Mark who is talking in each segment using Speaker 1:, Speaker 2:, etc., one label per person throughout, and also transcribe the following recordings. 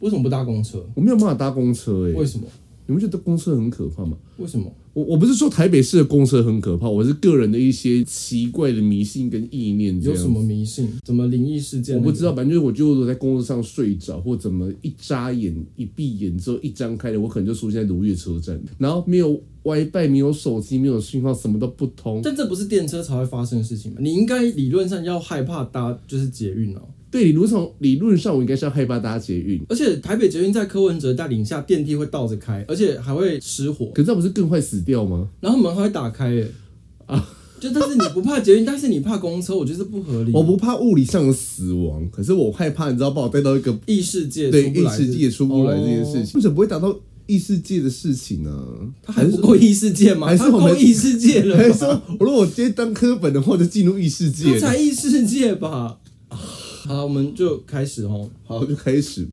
Speaker 1: 为什么不搭公车？
Speaker 2: 我没有办法搭公车哎、
Speaker 1: 为什么？
Speaker 2: 你们觉得公车很可怕吗？
Speaker 1: 为什么？
Speaker 2: 我我不是说台北市的公车很可怕，我是个人的一些奇怪的迷信跟意念这
Speaker 1: 有
Speaker 2: 样子
Speaker 1: 什么迷信？怎么灵异事件、
Speaker 2: 我不知道，反正就是我就如果在公车上睡着，或怎么一眨眼、一闭眼之后一张开的，我可能就出现在如月车站，然后没有 WiFi、没有手机、没有信号，什么都不通。
Speaker 1: 但这不是电车才会发生的事情吗？你应该理论上要害怕搭就是捷运哦、
Speaker 2: 对，理论上理论上我应该是要害怕搭捷运，
Speaker 1: 而且台北捷运在柯文哲带领下，电梯会倒着开，而且还会失火，
Speaker 2: 可是那不是更快死掉吗？
Speaker 1: 然后门还会打开耶、
Speaker 2: 啊
Speaker 1: 就但是你不怕 捷运，但是你怕公车，我觉得这不合理。
Speaker 2: 我不怕物理上的死亡，可是我害怕，你知道，把我带到一个
Speaker 1: 异世界
Speaker 2: 对
Speaker 1: 出不
Speaker 2: 异
Speaker 1: 来哦
Speaker 2: 世界出不来这件事
Speaker 1: 情，
Speaker 2: 情，为什么不会达到异世界的事情呢？
Speaker 1: 他还不够异世界吗？
Speaker 2: 还是
Speaker 1: 他
Speaker 2: 我们
Speaker 1: 够异世界了吧
Speaker 2: 还是说，我如果我今天当科本的话，我就进入异世界
Speaker 1: 这
Speaker 2: 了。
Speaker 1: 才异世界吧？啊好，我们就开始哦。
Speaker 2: 好，就开始。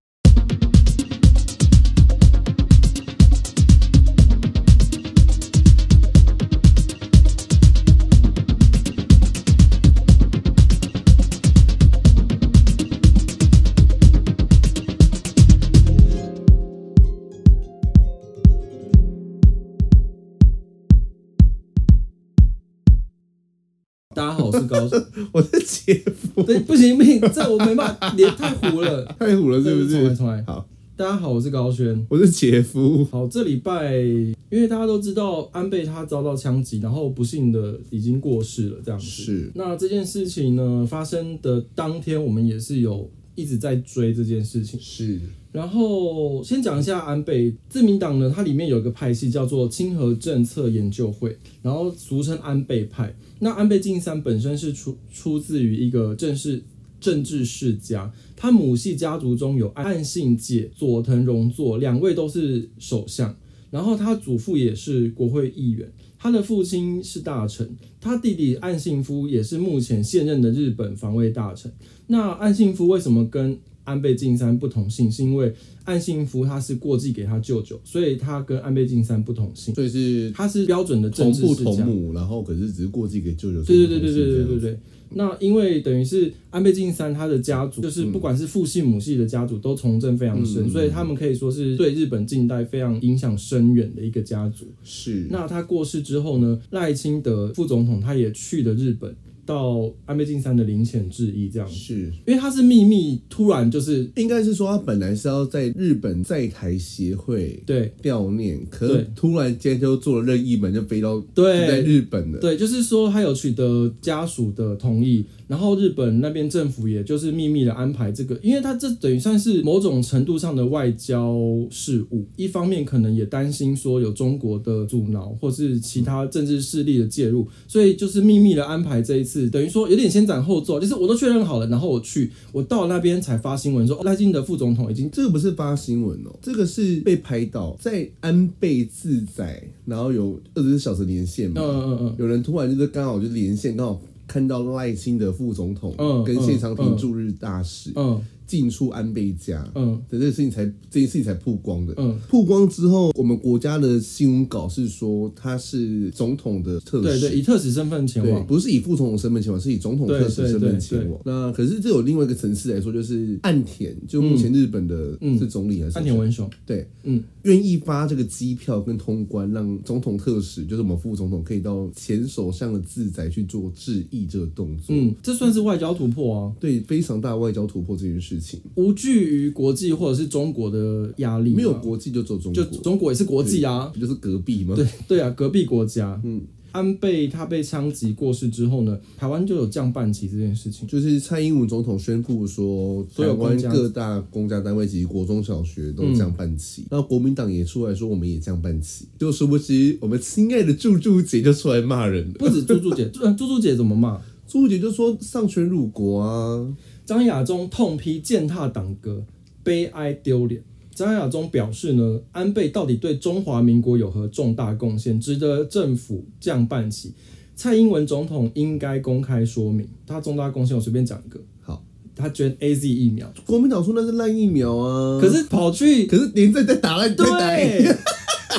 Speaker 1: 大家好，我是高手。
Speaker 2: 我的姐夫
Speaker 1: 对，不行不行，这我没办法，脸太糊了。
Speaker 2: 太虎了，是不
Speaker 1: 重来
Speaker 2: 是？
Speaker 1: 重来。
Speaker 2: 好，
Speaker 1: 大家好，我是高轩。
Speaker 2: 我是姐夫。
Speaker 1: 好，这礼拜因为大家都知道安倍他遭到枪击，然后不幸的已经过世了，这样子。
Speaker 2: 是
Speaker 1: 那这件事情呢，发生的当天，我们也是有一直在追这件事情。
Speaker 2: 是，
Speaker 1: 然后先讲一下安倍自民党呢，它里面有一个派系叫做亲和政策研究会，然后俗称安倍派。那安倍晋三本身是出出自于一个正式政治世家，他母系家族中有岸信介、佐藤荣作两位都是首相，然后他祖父也是国会议员。他的父亲是大臣，他弟弟岸信夫也是目前现任的日本防卫大臣。那岸信夫为什么跟安倍晋三不同姓？是因为岸信夫他是过继给他舅舅，所以他跟安倍晋三不同姓。
Speaker 2: 所以是
Speaker 1: 他是标准的政
Speaker 2: 同
Speaker 1: 治
Speaker 2: 父
Speaker 1: 世
Speaker 2: 同
Speaker 1: 家。
Speaker 2: 母，然后可是只是过继给舅舅。
Speaker 1: 对对对对对对对
Speaker 2: 对。
Speaker 1: 对。那因为等于是安倍晋三他的家族，就是不管是父系母系的家族都从政非常深，
Speaker 2: 嗯
Speaker 1: 所以他们可以说是对日本近代非常影响深远的一个家族。
Speaker 2: 是，
Speaker 1: 那他过世之后呢，赖清德副总统他也去了日本，到安倍晋三的陵前致意，这样，
Speaker 2: 是。
Speaker 1: 因为他是秘密，突然就是
Speaker 2: 应该是说，他本来是要在日本在台协会
Speaker 1: 对
Speaker 2: 悼念，可
Speaker 1: 对
Speaker 2: 是突然间就做了任意门，就飞到
Speaker 1: 对
Speaker 2: 在日本了。
Speaker 1: 对，就是说他有取得家属的同意，然后日本那边政府也就是秘密的安排这个，因为他这等于算是某种程度上的外交事务，一方面可能也担心说有中国的阻挠或是其他政治势力的介入，所以就是秘密的安排这一次，等于说有点先斩后奏，就是我都确认好了，然后我去，我到那边才发新闻说哦赖清德副总统已经
Speaker 2: 这个不是发新闻哦，这个是被拍到在安倍自宰，然后有二十四小时连线嘛。
Speaker 1: 嗯嗯嗯
Speaker 2: 有人突然就是刚好就连线，刚好看到赖清德副总统
Speaker 1: 嗯
Speaker 2: 跟谢长
Speaker 1: 嗯
Speaker 2: 廷
Speaker 1: 嗯
Speaker 2: 驻日大使
Speaker 1: 嗯
Speaker 2: 进出安倍家
Speaker 1: 嗯嗯
Speaker 2: 的这个事情才这件事情才曝光的。
Speaker 1: 嗯，
Speaker 2: 曝光之后，我们国家的新闻稿是说他是总统的特
Speaker 1: 对对，
Speaker 2: 使。
Speaker 1: 以特使身份前
Speaker 2: 对，
Speaker 1: 往，
Speaker 2: 不是以副总统身份前往，是以总统特使身份前往。那可是这有另外一个层次来说，就是岸田，就目前日本的
Speaker 1: 嗯
Speaker 2: 是总理还是
Speaker 1: 岸田文雄，
Speaker 2: 对，
Speaker 1: 嗯，
Speaker 2: 愿意发这个机票跟通关，让总统特使，就是我们副总统，可以到前首相的自宅去做致意这个动作。
Speaker 1: 嗯，这算是外交突破啊。
Speaker 2: 对，非常大外交突破这件事情，
Speaker 1: 无惧于国际或者是中国的压力嘛，
Speaker 2: 没有国际就走中
Speaker 1: 嗯就
Speaker 2: 国，
Speaker 1: 中国也是国际啊，
Speaker 2: 不就是隔壁吗？
Speaker 1: 对对啊，隔壁国家，嗯，安倍他被枪击过世之后呢，台湾就有降半旗这件事 情，
Speaker 2: 就是蔡英文总统宣布说，
Speaker 1: 所
Speaker 2: 台
Speaker 1: 有公
Speaker 2: 湾
Speaker 1: 家
Speaker 2: 各大公家单位及国中小学都降半
Speaker 1: 嗯
Speaker 2: 旗，那、国民党也出来说我们也降半旗，就殊不知我们亲爱的柱柱姐就出来骂人了，
Speaker 1: 不止猪猪姐，猪猪猪姐怎么骂？
Speaker 2: 柱柱姐就说丧权辱国啊，
Speaker 1: 张亚中痛批践踏党歌，悲哀丢脸。张亚中表示呢，安倍到底对中华民国有何重大贡献，值得政府降半旗？蔡英文总统应该公开说明他重大贡献。我随便讲一个，
Speaker 2: 好，
Speaker 1: 他捐 A Z 疫苗，
Speaker 2: 国民党说那是烂疫苗啊，
Speaker 1: 可是跑去
Speaker 2: 可是连战在打烂你在打，
Speaker 1: 对，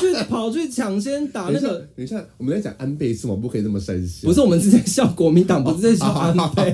Speaker 1: 去跑去抢先打
Speaker 2: 等一
Speaker 1: 那
Speaker 2: 下
Speaker 1: 个。，
Speaker 2: 等一下，我们在讲安倍是吗？不可以这么山西。
Speaker 1: 不是我们是在笑国民党，不是在笑安倍，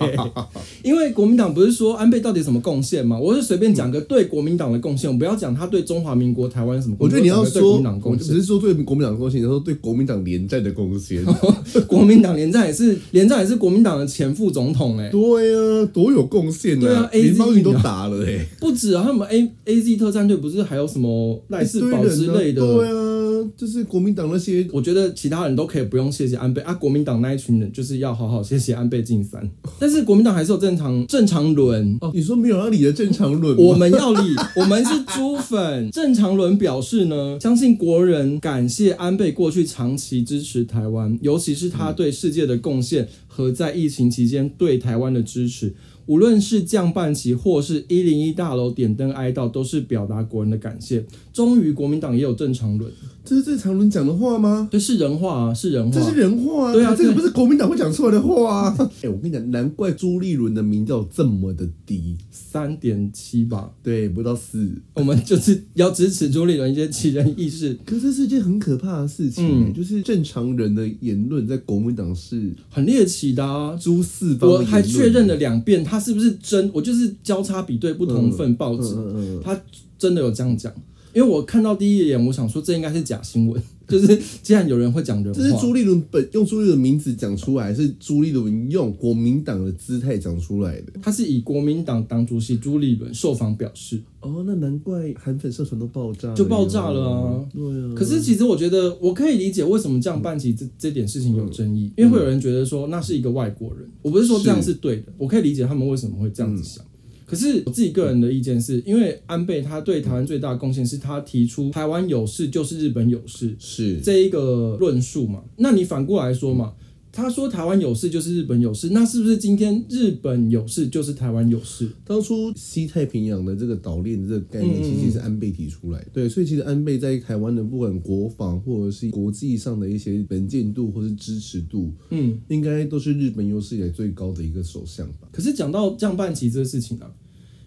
Speaker 1: 因为国民党不是说安倍到底有什么贡献吗？我是随便讲
Speaker 2: 嗯
Speaker 1: 个对国民党的贡献，我不要讲他对中华民国台湾有什么贡
Speaker 2: 我觉
Speaker 1: 献。
Speaker 2: 得你要
Speaker 1: 我讲对
Speaker 2: 说，
Speaker 1: 国
Speaker 2: 我
Speaker 1: 民党
Speaker 2: 就
Speaker 1: 贡
Speaker 2: 只
Speaker 1: 献，
Speaker 2: 是说对国民党的贡献，然后对国民党连战的 贡献。啊
Speaker 1: 啊国民党连战也是连战也是国民党的前副总统哎、
Speaker 2: 对啊，多有贡献
Speaker 1: 对啊 AZ
Speaker 2: 联邦军都打了哎、欸，
Speaker 1: 不止啊，他们 A A Z 特战队不是还有什么赖世宝之类
Speaker 2: 一堆人啊对
Speaker 1: 的。
Speaker 2: 啊，就是国民党那些
Speaker 1: 我觉得其他人都可以不用谢谢安倍啊，国民党那一群人就是要好好谢谢安倍晋三。但是国民党还是有正常正常轮，
Speaker 2: 哦，你说没有让你的正常论吗
Speaker 1: 我们要理，我们是猪粉。郑长伦表示呢，相信国人感谢安倍过去长期支持台湾，尤其是他对世界的贡献和在疫情期间对台湾的支持。无论是降半旗或是一零一大楼点灯哀悼，都是表达国人的感谢。终于，国民党也有郑长伦，
Speaker 2: 这是正常论讲的话吗？
Speaker 1: 这是人话啊，是人话
Speaker 2: 这。是人话啊！
Speaker 1: 对啊
Speaker 2: 这
Speaker 1: 对
Speaker 2: 个不是国民党会讲出来的 话啊！哎、我跟你讲，难怪朱立伦的民调这么的低，
Speaker 1: 三点七吧，
Speaker 2: 对，不到四。
Speaker 1: 我们就是要支持朱立伦一些奇人异事。
Speaker 2: 可是这是一件很可怕的事情、
Speaker 1: 嗯
Speaker 2: 就是正常人的言论在国民党是
Speaker 1: 很猎奇的啊，
Speaker 2: 诸四方的
Speaker 1: 我还
Speaker 2: 言论
Speaker 1: 确认了两遍，他是不是真？我就是交叉比对不同份报纸，
Speaker 2: 嗯嗯嗯
Speaker 1: 他真的有这样讲。因为我看到第一眼，我想说这应该是假新闻， 就是既然有人会讲人
Speaker 2: 这是
Speaker 1: 话，
Speaker 2: 朱立伦本用朱立伦名字讲出来，是朱立伦用国民党的姿态讲出来的。
Speaker 1: 他是以国民党党主席朱立伦受访表示。
Speaker 2: 哦，那难怪韩粉社团都爆炸了，
Speaker 1: 就爆炸了啊
Speaker 2: 对啊，
Speaker 1: 可是其实我觉得我可以理解为什么降半旗这这点事情有争议，因为会有人觉得说那是一个外国人，我不是说这样是对的，我可以理解他们为什么会这样子想。可是我自己个人的意见是，因为安倍他对台湾最大的贡献是他提出台湾有事就是日本有事
Speaker 2: 是
Speaker 1: 这一个论述嘛。那你反过来说嘛，他说台湾有事就是日本有事，那是不是今天日本有事就是台湾有事？
Speaker 2: 当初西太平洋的这个岛链的这个概念，
Speaker 1: 嗯嗯
Speaker 2: 其实是安倍提出来的。对，所以其实安倍在台湾的不管国防或者是国际上的一些能见度或是支持度，
Speaker 1: 嗯，
Speaker 2: 应该都是日本有史以来最高的一个首相吧。
Speaker 1: 可是讲到降半旗这个事情啊，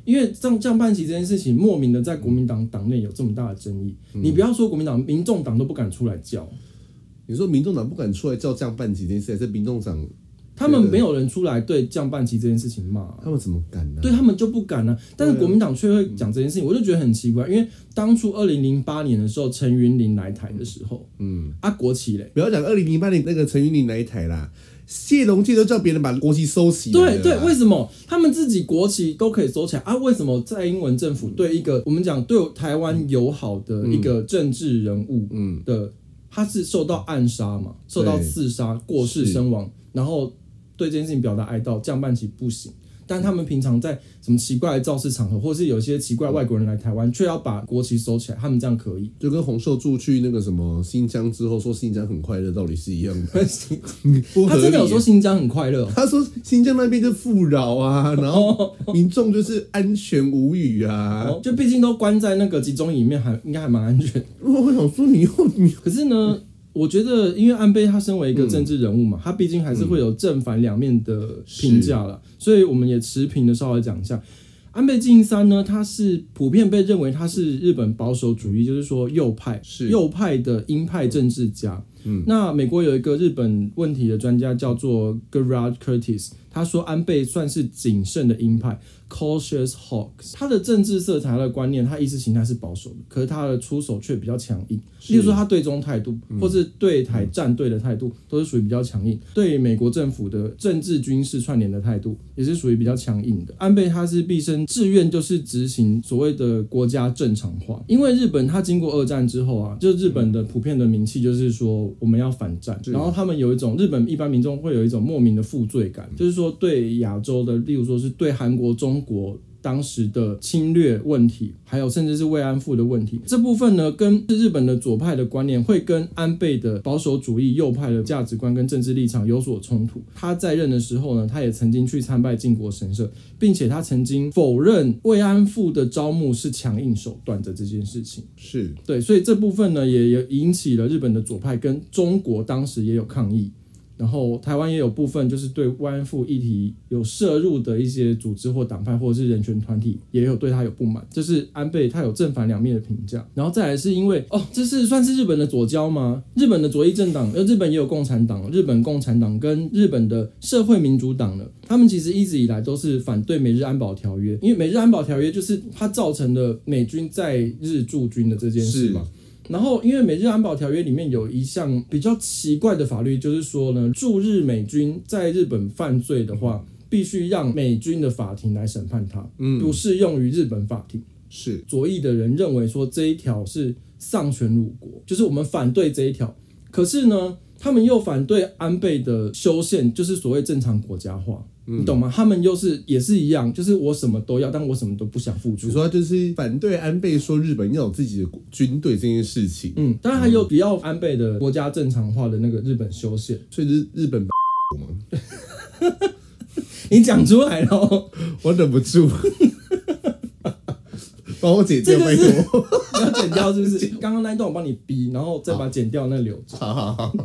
Speaker 1: 因为降降半旗这件事情，莫名的在国民党党内有这么大的争议。你不要说国民党，民众党都不敢出来叫，
Speaker 2: 你说民众党不敢出来叫降半旗这件事，还是民众党
Speaker 1: 他们没有人出来对降半旗这件事情骂啊、
Speaker 2: 他们怎么敢呢、
Speaker 1: 对他们就不敢了、啊但是国民党却会讲这件事情，我就觉得很奇怪。因为当初二零零八年的时候，陈云林来台的时候，嗯，啊国旗嘞，
Speaker 2: 不要讲二零零八年那个陈云林那一台啦，谢龙介都叫别人把国旗收起来了
Speaker 1: 对
Speaker 2: 啦。
Speaker 1: 对，为什么他们自己国旗都可以收起来啊？为什么蔡英文政府对一个我们讲对台湾友好的一
Speaker 2: 嗯
Speaker 1: 个政治人物，嗯的，他是受到暗杀嘛，受到刺杀、过世
Speaker 2: 是
Speaker 1: 身亡，然后对这件事情表达哀悼，降半旗不行。但他们平常在什么奇怪的造势场合，或是有些奇怪外国人来台湾，却要把国旗收起来，他们这样可以？
Speaker 2: 就跟洪秀柱去那个什么新疆之后说新疆很快乐道理是一样 的， 不合
Speaker 1: 他
Speaker 2: 理
Speaker 1: 真的有
Speaker 2: 耶
Speaker 1: 说新疆很快乐哦、
Speaker 2: 他说新疆那边就富 饶啊，然后民众就是安全无语啊。
Speaker 1: 哦就毕竟都关在那个集中营里面还应该还蛮安全的
Speaker 2: 我我想说你又你
Speaker 1: 可是呢，我觉得，因为安倍他身为一个政治人物嘛，他毕竟还是会有正反两面的评价了，所以我们也持平的稍微讲一下。安倍晋三呢，他是普遍被认为他是日本保守主义，就是说右派，
Speaker 2: 是
Speaker 1: 右派的鹰派政治家。嗯，那美国有一个日本问题的专家叫做 Gerard Curtis，他说安倍算是谨慎的鹰派 （cautious hawks）。他的政治色彩、他的观念、他意识形态是保守的，可是他的出手却比较强硬。
Speaker 2: 是嗯
Speaker 1: 例如说，他对中态度，或是对台站队的态度，都是属于比较强硬；对美国政府的政治军事串联的态度，也是属于比较强硬的。安倍他是毕生志愿就是执行所谓的国家正常化，因为日本他经过二战之后啊，就日本的普遍的民气就是说我们要反战，
Speaker 2: 是
Speaker 1: 然后他们有一种日本一般民众会有一种莫名的负罪感，就是说对亚洲的，例如说是对韩国、中国当时的侵略问题，还有甚至是慰安妇的问题，这部分呢，跟日本的左派的观念会跟安倍的保守主义右派的价值观跟政治立场有所冲突。他在任的时候呢，他也曾经去参拜靖国神社，并且他曾经否认慰安妇的招募是强硬手段的这件事情。
Speaker 2: 是
Speaker 1: 对，所以这部分呢，也也引起了日本的左派跟中国当时也有抗议。然后台湾也有部分就是对慰妇议题有涉入的一些组织或党派或者是人权团体，也有对他有不满。这是安倍他有正反两面的评价。然后再来是因为哦，这是算是日本的左交吗？日本的左翼政党，呃，日本也有共产党，日本共产党跟日本的社会民主党呢，他们其实一直以来都是反对美日安保条约，因为美日安保条约就是它造成了美军在日驻军的这件事嘛。然后，因为美日安保条约里面有一项比较奇怪的法律，就是说呢，驻日美军在日本犯罪的话，必须让美军的法庭来审判他，不适用于日本法庭。
Speaker 2: 是
Speaker 1: 左翼的人认为说这一条是丧权辱国，就是我们反对这一条。可是呢，他们又反对安倍的修宪，就是所谓正常国家化，你懂吗？他们又是也是一样，就是我什么都要，但我什么都不想付出
Speaker 2: 你。说他就是反对安倍说日本要有自己的军队这件事情，
Speaker 1: 嗯，当然还有比较安倍的国家正常化的那个日本修宪，
Speaker 2: 所以日日本
Speaker 1: 你讲出来了哦，
Speaker 2: 我忍不住， 帮我解掉，
Speaker 1: 这个
Speaker 2: 拜
Speaker 1: 是
Speaker 2: 托。
Speaker 1: 你要 剪掉是不是？刚刚那一段我帮你逼，然后再把剪掉那留着。
Speaker 2: 好好好，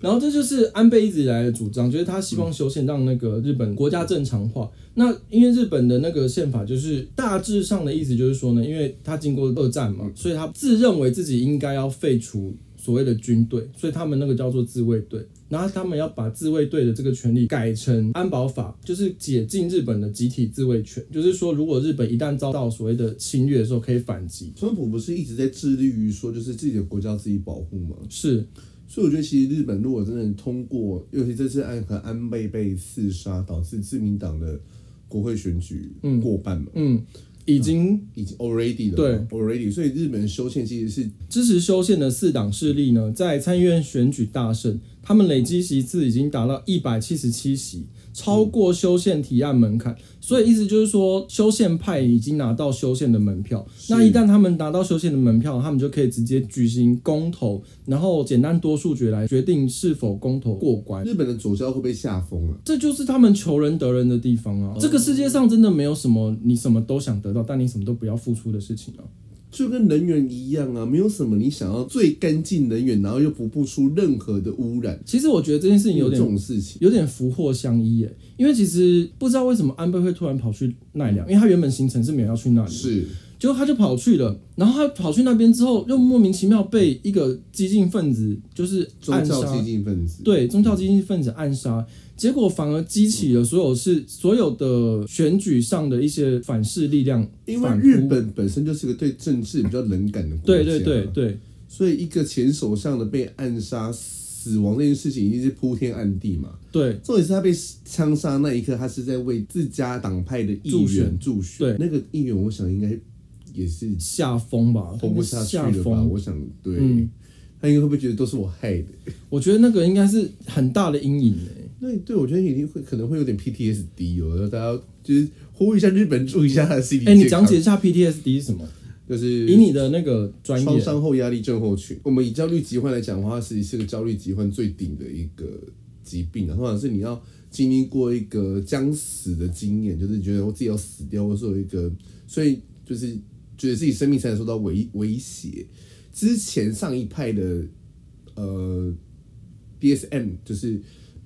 Speaker 1: 然后这就是安倍一直以来的主张，就是他希望修宪让那个日本国家正常化。那因为日本的那个宪法就是大致上的意思就是说呢，因为他经过二战嘛，所以他自认为自己应该要废除所谓的军队，所以他们那个叫做自卫队。然后他们要把自卫队的这个权利改成安保法，就是解禁日本的集体自卫权，就是说如果日本一旦遭到所谓的侵略的时候，可以反击。
Speaker 2: 川普不是一直在致力于说，就是自己的国家自己保护吗？
Speaker 1: 是，
Speaker 2: 所以我觉得，其实日本如果真的通过，尤其这次安和安倍被刺杀，导致自民党的国会选举过半嘛，
Speaker 1: 嗯，已经
Speaker 2: 已经 already 了，
Speaker 1: 对
Speaker 2: ，already。所以日本修宪其实是
Speaker 1: 支持修宪的四党势力呢，在参议院选举大胜，他们累积席次已经达到一百七十七席，超过修宪提案门槛。所以意思就是说，修宪派已经拿到修宪的门票。
Speaker 2: 是
Speaker 1: 那一旦他们拿到修宪的门票，他们就可以直接举行公投，然后简单多数决来决定是否公投过关。
Speaker 2: 日本的左交会被吓疯了。
Speaker 1: 这就是他们求人得人的地方啊！这个世界上真的没有什么你什么都想得到，但你什么都不要付出的事情啊！
Speaker 2: 就跟能源一样啊，没有什么你想要最干净能源，然后又不不出任何的污染，
Speaker 1: 其实我觉得这件事情有
Speaker 2: 有
Speaker 1: 点
Speaker 2: 这种事情。
Speaker 1: 有点福祸相依耶，因为其实不知道为什么安倍会突然跑去奈良，因为他原本行程是没有要去那里，
Speaker 2: 是，
Speaker 1: 结果他就跑去了，然后他跑去那边之后，又莫名其妙被一个激进分子就是
Speaker 2: 宗
Speaker 1: 暗
Speaker 2: 教激
Speaker 1: 杀，
Speaker 2: 进分子，
Speaker 1: 对宗教激进分子暗杀，结果反而激起了所有是所有的选举上的一些反噬力量，
Speaker 2: 因为
Speaker 1: 反扑
Speaker 2: 日本本身就是个对政治比较冷感的国家，
Speaker 1: 对对对，对，
Speaker 2: 所以一个前首相的被暗杀死亡这件事情，一定是铺天暗地嘛。
Speaker 1: 对，
Speaker 2: 重点是他被枪杀那一刻，他是在为自家党派的议
Speaker 1: 助选
Speaker 2: 员助选
Speaker 1: 对，
Speaker 2: 那个议员我想应该也是
Speaker 1: 下风吧，
Speaker 2: 活不下去
Speaker 1: 下
Speaker 2: 了吧？
Speaker 1: 风，
Speaker 2: 我想，对，
Speaker 1: 嗯
Speaker 2: 他应该会不会觉得都是我害的？
Speaker 1: 我觉得那个应该是很大的阴影欸耶
Speaker 2: 那对我觉得一定会可能会有点 PTSD 哦，大家就是呼吁一下日本注意一下他的心理
Speaker 1: 哎、你
Speaker 2: 健
Speaker 1: 讲
Speaker 2: 康
Speaker 1: 解一下 PTSD 是什么？
Speaker 2: 就是
Speaker 1: 以你的那个专
Speaker 2: 创
Speaker 1: 业，
Speaker 2: 伤后压力症候群。我们以焦虑疾患来讲的话，它实际是个焦虑疾患最顶的一个疾病啊，通常是你要经历过一个将死的经验，就是觉得我自己要死掉，或是有一个，所以就是觉得自己生命才能受到威威胁。之前上一派的呃 DSM 就是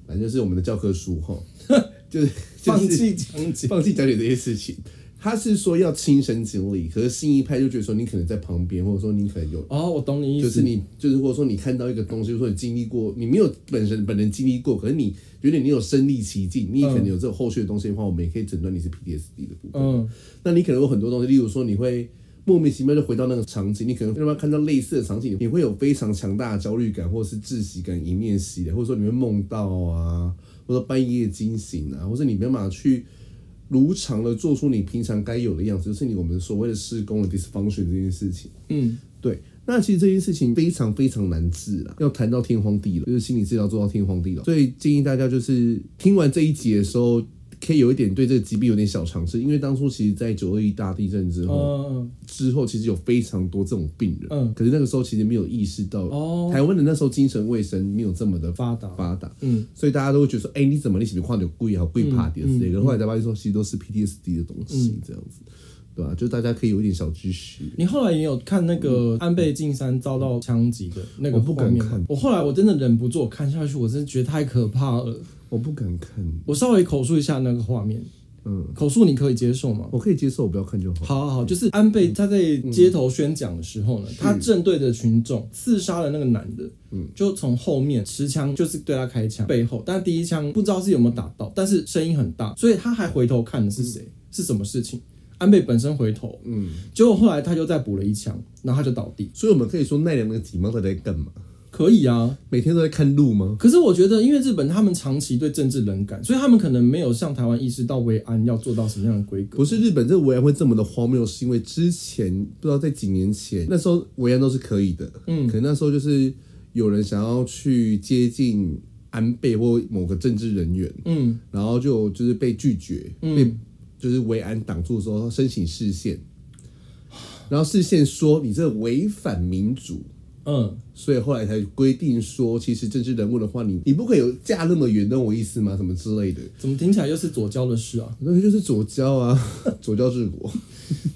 Speaker 2: 反正就是我们的教科书哈， 就是就
Speaker 1: 放
Speaker 2: 是。
Speaker 1: 弃讲解。
Speaker 2: 放弃讲解这些事情。他是说要亲身经历，可是新一派就觉得说你可能在旁边，或者说你可能有，
Speaker 1: 哦，我懂你意
Speaker 2: 就
Speaker 1: 思。
Speaker 2: 是你就是或者说你看到一个东西，或者你经历过，你没有本身本人经历过，可是你觉得你有身历其境，你也可能有这种后续的东西的话，我们也可以诊断你是 PTSD 的部分。
Speaker 1: 嗯，
Speaker 2: 那你可能有很多东西，例如说你会莫名其妙就回到那个场景，你可能慢慢看到类似的场景，你会有非常强大的焦虑感，或是窒息感、一面息的，或者说你会梦到啊，或者半夜惊醒啊，或者你没办法去如常的做出你平常该有的样子，就是你我们所谓的施工的 dysfunction 这件事情。
Speaker 1: 嗯，
Speaker 2: 对。那其实这件事情非常非常难治啦，要谈到天荒地老，就是心理治疗做到天荒地老。所以建议大家就是听完这一集的时候，可以有一点对这个疾病有点小常识，因为当初其实在九二一大地震之后，
Speaker 1: 嗯，
Speaker 2: 之后其实有非常多这种病人，
Speaker 1: 嗯
Speaker 2: 可是那个时候其实没有意识到，
Speaker 1: 哦
Speaker 2: 台湾的那时候精神卫生没有这么的
Speaker 1: 发达
Speaker 2: 发达，
Speaker 1: 嗯，
Speaker 2: 所以大家都会觉得说，哎、啊
Speaker 1: 嗯
Speaker 2: 你怎么你喜欢跨流贵好贵趴点之类的，后来才发现说其实都是 PTSD 的东西这样子。对吧、就大家可以有一点小知识。
Speaker 1: 你后来也有看那个安倍晋三遭到枪击的那个
Speaker 2: 我不
Speaker 1: 画
Speaker 2: 敢
Speaker 1: 面吗
Speaker 2: 看
Speaker 1: 我后来我真的忍不住我看下去，我真的觉得太可怕了。
Speaker 2: 我不敢看，
Speaker 1: 我稍微口述一下那个画面，
Speaker 2: 嗯，
Speaker 1: 口述你可以接受吗？
Speaker 2: 我可以接受，我不要看就好。
Speaker 1: 好好好，就是安倍他在街头宣讲的时候呢，他正对着群众刺杀了那个男的，嗯，就从后面持枪就是对他开枪，背后，但第一枪不知道是有没有打到，但是声音很大，所以他还回头看的是谁，是什么事情。安倍本身回头，嗯，结果后来他就再补了一枪，然后他就倒地。
Speaker 2: 所以我们可以说奈良那个警方到底在干嘛？
Speaker 1: 可以啊，
Speaker 2: 每天都在看路吗？
Speaker 1: 可是我觉得，因为日本他们长期对政治冷感，所以他们可能没有像台湾意识到维安要做到什么样的规格。
Speaker 2: 不是日本这维安会这么的荒谬，是因为之前不知道在几年前，那时候维安都是可以的，嗯，可能那时候就是有人想要去接近安倍或某个政治人员，
Speaker 1: 嗯，
Speaker 2: 然后就就是被拒绝，被就是维安挡住的时候，他申请视线，然后视线说你这违反民主，
Speaker 1: 嗯，
Speaker 2: 所以后来才规定说，其实政治人物的话，你你不可以有架那么远，懂我意思吗？什么之类的，
Speaker 1: 怎么听起来又是左交的事啊？
Speaker 2: 那就是左交啊， 左交治国。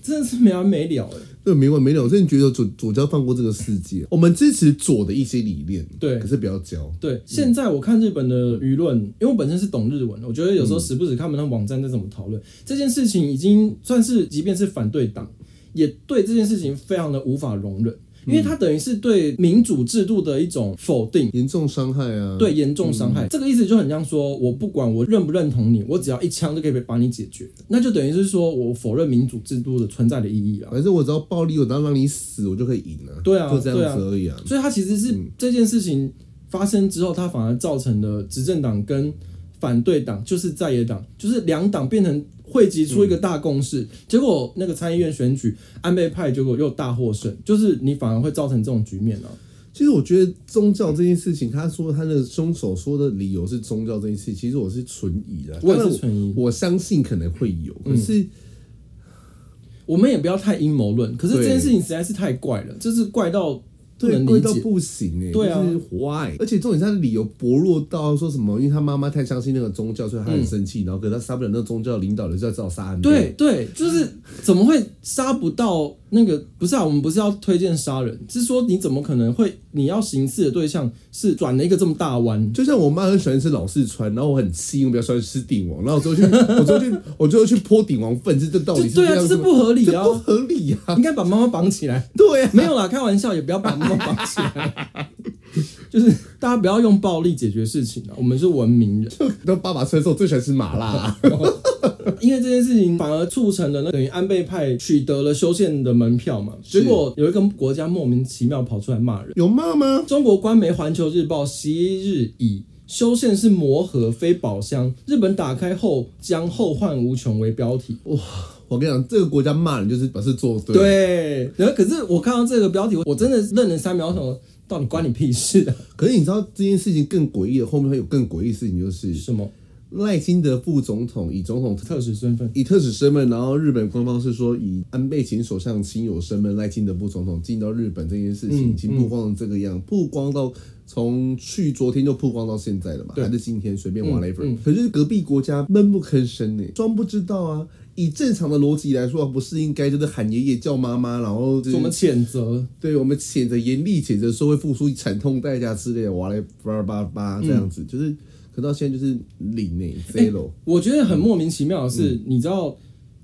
Speaker 1: 真的是没完没了哎、
Speaker 2: 对，没完没了。我真的觉得左左交放过这个世界，我们支持左的一些理念，
Speaker 1: 对
Speaker 2: 可是不要交。
Speaker 1: 对，现在我看日本的舆论，因为我本身是懂日文，我觉得有时候时不时看不到网站在怎么讨论、这件事情，已经算是即便是反对党，也对这件事情非常的无法容忍，因为它等于是对民主制度的一种否定。
Speaker 2: 严重伤害啊！
Speaker 1: 对，严重伤害，这个意思就很像说，我不管我认不认同你，我只要一枪就可以把你解决，那就等于是说我否认民主制度的存在的意义啊。
Speaker 2: 反正我只要暴力，我只要让你死，我就可以赢啊！
Speaker 1: 对啊
Speaker 2: 就这
Speaker 1: 对
Speaker 2: 样
Speaker 1: 啊
Speaker 2: 子而已啊。
Speaker 1: 所以它其实是这件事情发生之后，它反而造成了执政党跟反对党，就是在野党，就是两党变成汇集出一个大共识。
Speaker 2: 嗯
Speaker 1: 结果那个参议院选举，安倍派结果又大获胜，就是你反而会造成这种局面啊。
Speaker 2: 其实我觉得宗教这件事情，他说他的凶手说的理由是宗教这件事情，其实我是存疑的。
Speaker 1: 我也是
Speaker 2: 当然
Speaker 1: 存疑
Speaker 2: 我相信可能会有，可是
Speaker 1: 我们也不要太阴谋论，可是这
Speaker 2: 对
Speaker 1: 件事情实在是太怪了，就是怪到不
Speaker 2: 对
Speaker 1: 能
Speaker 2: 贵
Speaker 1: 理
Speaker 2: 到
Speaker 1: 解。
Speaker 2: 不行哎、
Speaker 1: 对啊
Speaker 2: 就是 why？而且重点是他的理由薄弱到说什么，因为他妈妈太相信那个宗教，所以他很生气，然后可是他杀不了那个宗教领导人，就要找杀安倍。
Speaker 1: 嗯对对，就是怎么会杀不到那个？不是啊，我们不是要推荐杀人，是说你怎么可能会你要行刺的对象是转了一个这么大弯？
Speaker 2: 就像我妈很喜欢吃老四川，然后我很气，我比较喜欢吃鼎王，然后我最 后去，我最后去，我最后去泼鼎王粪，这这道理是
Speaker 1: 就对啊
Speaker 2: 这样子
Speaker 1: 这不合理啊
Speaker 2: 这不合理啊，
Speaker 1: 应该把妈妈绑起来。
Speaker 2: 对啊，
Speaker 1: 没有啦，开玩笑，也不要把妈妈绑起来。 就是大家不要用暴力解决事情啊，我们是文明 人。
Speaker 2: 那爸爸生的时候最喜欢吃麻辣、
Speaker 1: 因为这件事情反而促成了那等于安倍派取得了修宪的门票嘛，结
Speaker 2: 是
Speaker 1: 果有一个国家莫名其妙跑出来骂人。
Speaker 2: 有骂吗？
Speaker 1: 中国官媒《环球日报》十一日以“修宪是魔盒，非宝箱”，日本打开后将后患无穷为标题。
Speaker 2: 我跟你讲，这个国家骂人就是表示做对，
Speaker 1: 对，然后可是我看到这个标题，我真的愣了三秒，想说到底关你屁事啊？
Speaker 2: 可是你知道这件事情更诡异的，后面还有更诡异的事情，就是
Speaker 1: 什么
Speaker 2: 赖清德副总统以总统特
Speaker 1: 特使身份？
Speaker 2: 以特使身份，然后日本官方是说以安倍前首相亲友身份，赖清德副总统进到日本这件事
Speaker 1: 嗯
Speaker 2: 情，已经曝光成这个样，曝光到从去昨天就曝光到现在了嘛，
Speaker 1: 对嗯
Speaker 2: 还是今天随便 whatever、可是隔壁国家闷不吭声呢、装不知道啊。以正常的逻辑来说，不是应该就是喊爷爷叫妈妈，然后就是
Speaker 1: 怎么谴责？
Speaker 2: 对我们谴责严厉谴责说会付出惨痛代价之类的，哇嘞叭叭叭这样
Speaker 1: 嗯
Speaker 2: 子，就是可到现在就是零呢、zero。
Speaker 1: 哎我觉得很莫名其妙的是，你知道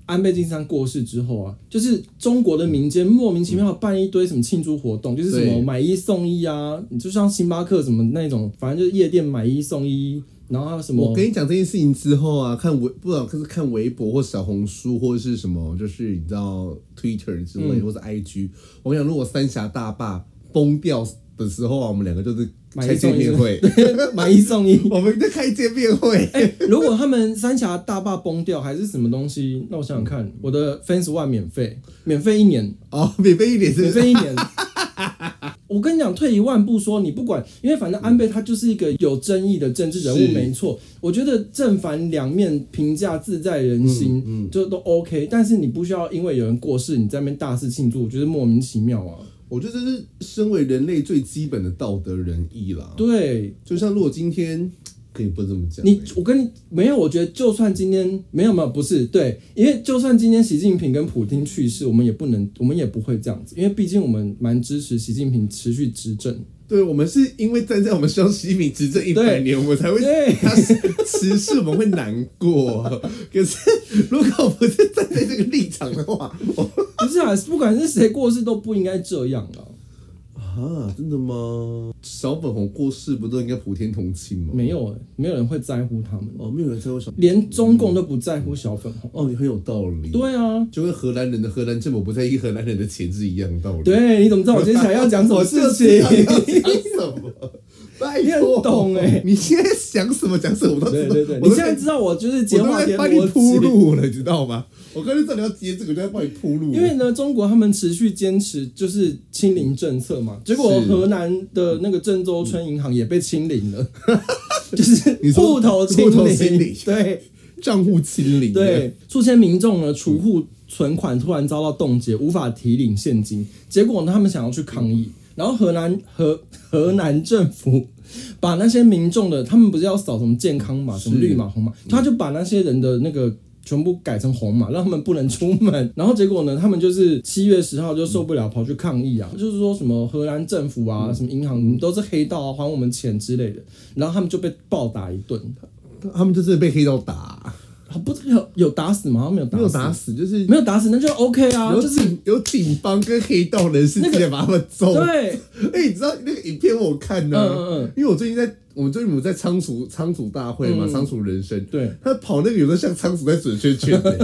Speaker 1: 安倍晋三过世之后啊，就是中国的民间莫名其妙地办一堆什么庆祝活动，就是什么
Speaker 2: 对
Speaker 1: 买一送一啊，你就像星巴克什么那种，反正就是夜店买一送一，然后还有什
Speaker 2: 我
Speaker 1: 么
Speaker 2: 跟你讲这件事情之后啊，看微不管是看微博或小红书或者是什么，就是你知道 Twitter 之
Speaker 1: 嗯
Speaker 2: 类、或者 IG，我跟你讲，如果三峡大坝崩掉的时候啊，我们两个就是
Speaker 1: 买
Speaker 2: 开
Speaker 1: 一送
Speaker 2: 见
Speaker 1: 一
Speaker 2: 面会，
Speaker 1: 买一送一。
Speaker 2: 我们在开见面会。
Speaker 1: 哎、如果他们三峡大坝崩掉还是什么东西，那我想想看，
Speaker 2: 嗯
Speaker 1: 我的 Fans One 免费，免费一年，
Speaker 2: 哦，免费一点是不
Speaker 1: 免
Speaker 2: 是？
Speaker 1: 费一 年。我跟你讲，退一万步说，你不管，因为反正安倍他就是一个有争议的政治人物，
Speaker 2: 是
Speaker 1: 没错。我觉得正反两面评价自在人心，
Speaker 2: 嗯
Speaker 1: 就都 OK。但是你不需要因为有人过世，你在那边大肆庆祝，我觉得莫名其妙啊。
Speaker 2: 我觉得这是身为人类最基本的道德仁义啦。
Speaker 1: 对，
Speaker 2: 就像如果今天可以不能这么讲欸。
Speaker 1: 你我跟你没有，我觉得就算今天没有没有不是对，因为就算今天习近平跟普京去世，我们也不能，我们也不会这样子，因为毕竟我们蛮支持习近平持续执 政。
Speaker 2: 对我们是因为站在我们需要习近平执政一百
Speaker 1: 对
Speaker 2: 年，我们才会
Speaker 1: 对
Speaker 2: 他持续我们会难过。 可是如果不是站在这个立场的话，哦我
Speaker 1: 不是啊，不管是谁过世都不应该这样啊。
Speaker 2: 啊，真的吗？小粉红过世不都应该普天同庆吗？
Speaker 1: 没有、欸，没有人会在乎他们，
Speaker 2: 哦，没有人在乎小
Speaker 1: 连中共都不在乎小粉红。
Speaker 2: 哦，你很有道理。，
Speaker 1: 对啊，
Speaker 2: 就跟荷兰人的荷兰政府不在意荷兰人的钱是一样的道理。
Speaker 1: 对，啊你怎么知道我接下来要讲什么事
Speaker 2: 你要
Speaker 1: 情？
Speaker 2: 讲什么？拜
Speaker 1: 你很
Speaker 2: 托，
Speaker 1: 懂欸
Speaker 2: 你现在想什么讲什么，我都知
Speaker 1: 对
Speaker 2: 道。
Speaker 1: 对对，
Speaker 2: 我
Speaker 1: 你
Speaker 2: 都
Speaker 1: 现在知道我就是
Speaker 2: 我
Speaker 1: 节
Speaker 2: 都
Speaker 1: 化
Speaker 2: 在
Speaker 1: 点
Speaker 2: 帮你
Speaker 1: 逻
Speaker 2: 铺
Speaker 1: 辑。
Speaker 2: 路了，你知道吗？我刚才知道你要接这个，我就在帮你铺路了。
Speaker 1: 因为呢，中国他们持续坚持就是清零政策嘛，结果
Speaker 2: 是
Speaker 1: 河南的那个郑州村银行也被清零 了，就是
Speaker 2: 你说
Speaker 1: 户头清
Speaker 2: 户头清
Speaker 1: 零
Speaker 2: 零，
Speaker 1: 对
Speaker 2: 账户清零，
Speaker 1: 对，数千民众呢储户存款突然遭到冻结，无法提领现金，结果呢他们想要去抗议，然后河南河 河南政府把那些民众的，他们不是要扫什么健康码、什么
Speaker 2: 是嗯
Speaker 1: 绿码、红码，他就把那些人的那个。全部改成红码，让他们不能出门。然后结果呢，他们就是七月十号就受不了，跑去抗议啊，就是说什么荷兰政府
Speaker 2: 嗯
Speaker 1: 啊，什么银行，你们都是黑道啊，还我们钱之类的。然后他们就被暴打一顿，
Speaker 2: 他们就真的被黑道打、
Speaker 1: 啊不是有有打死吗？好像没有打
Speaker 2: 没
Speaker 1: 死，
Speaker 2: 有打死，就是
Speaker 1: 没有打死，那就 OK 啊，
Speaker 2: 有
Speaker 1: 就是
Speaker 2: 警有警方跟黑道人士
Speaker 1: 那
Speaker 2: 直
Speaker 1: 个
Speaker 2: 接把他们揍。
Speaker 1: 对，
Speaker 2: 哎、你知道那个影片我有看呢、
Speaker 1: 嗯嗯嗯
Speaker 2: 因为我最近在我们最近我们在仓鼠仓鼠大会嘛，仓鼠人生，
Speaker 1: 对
Speaker 2: 他跑那个有时候像仓鼠在转圈 圈、欸，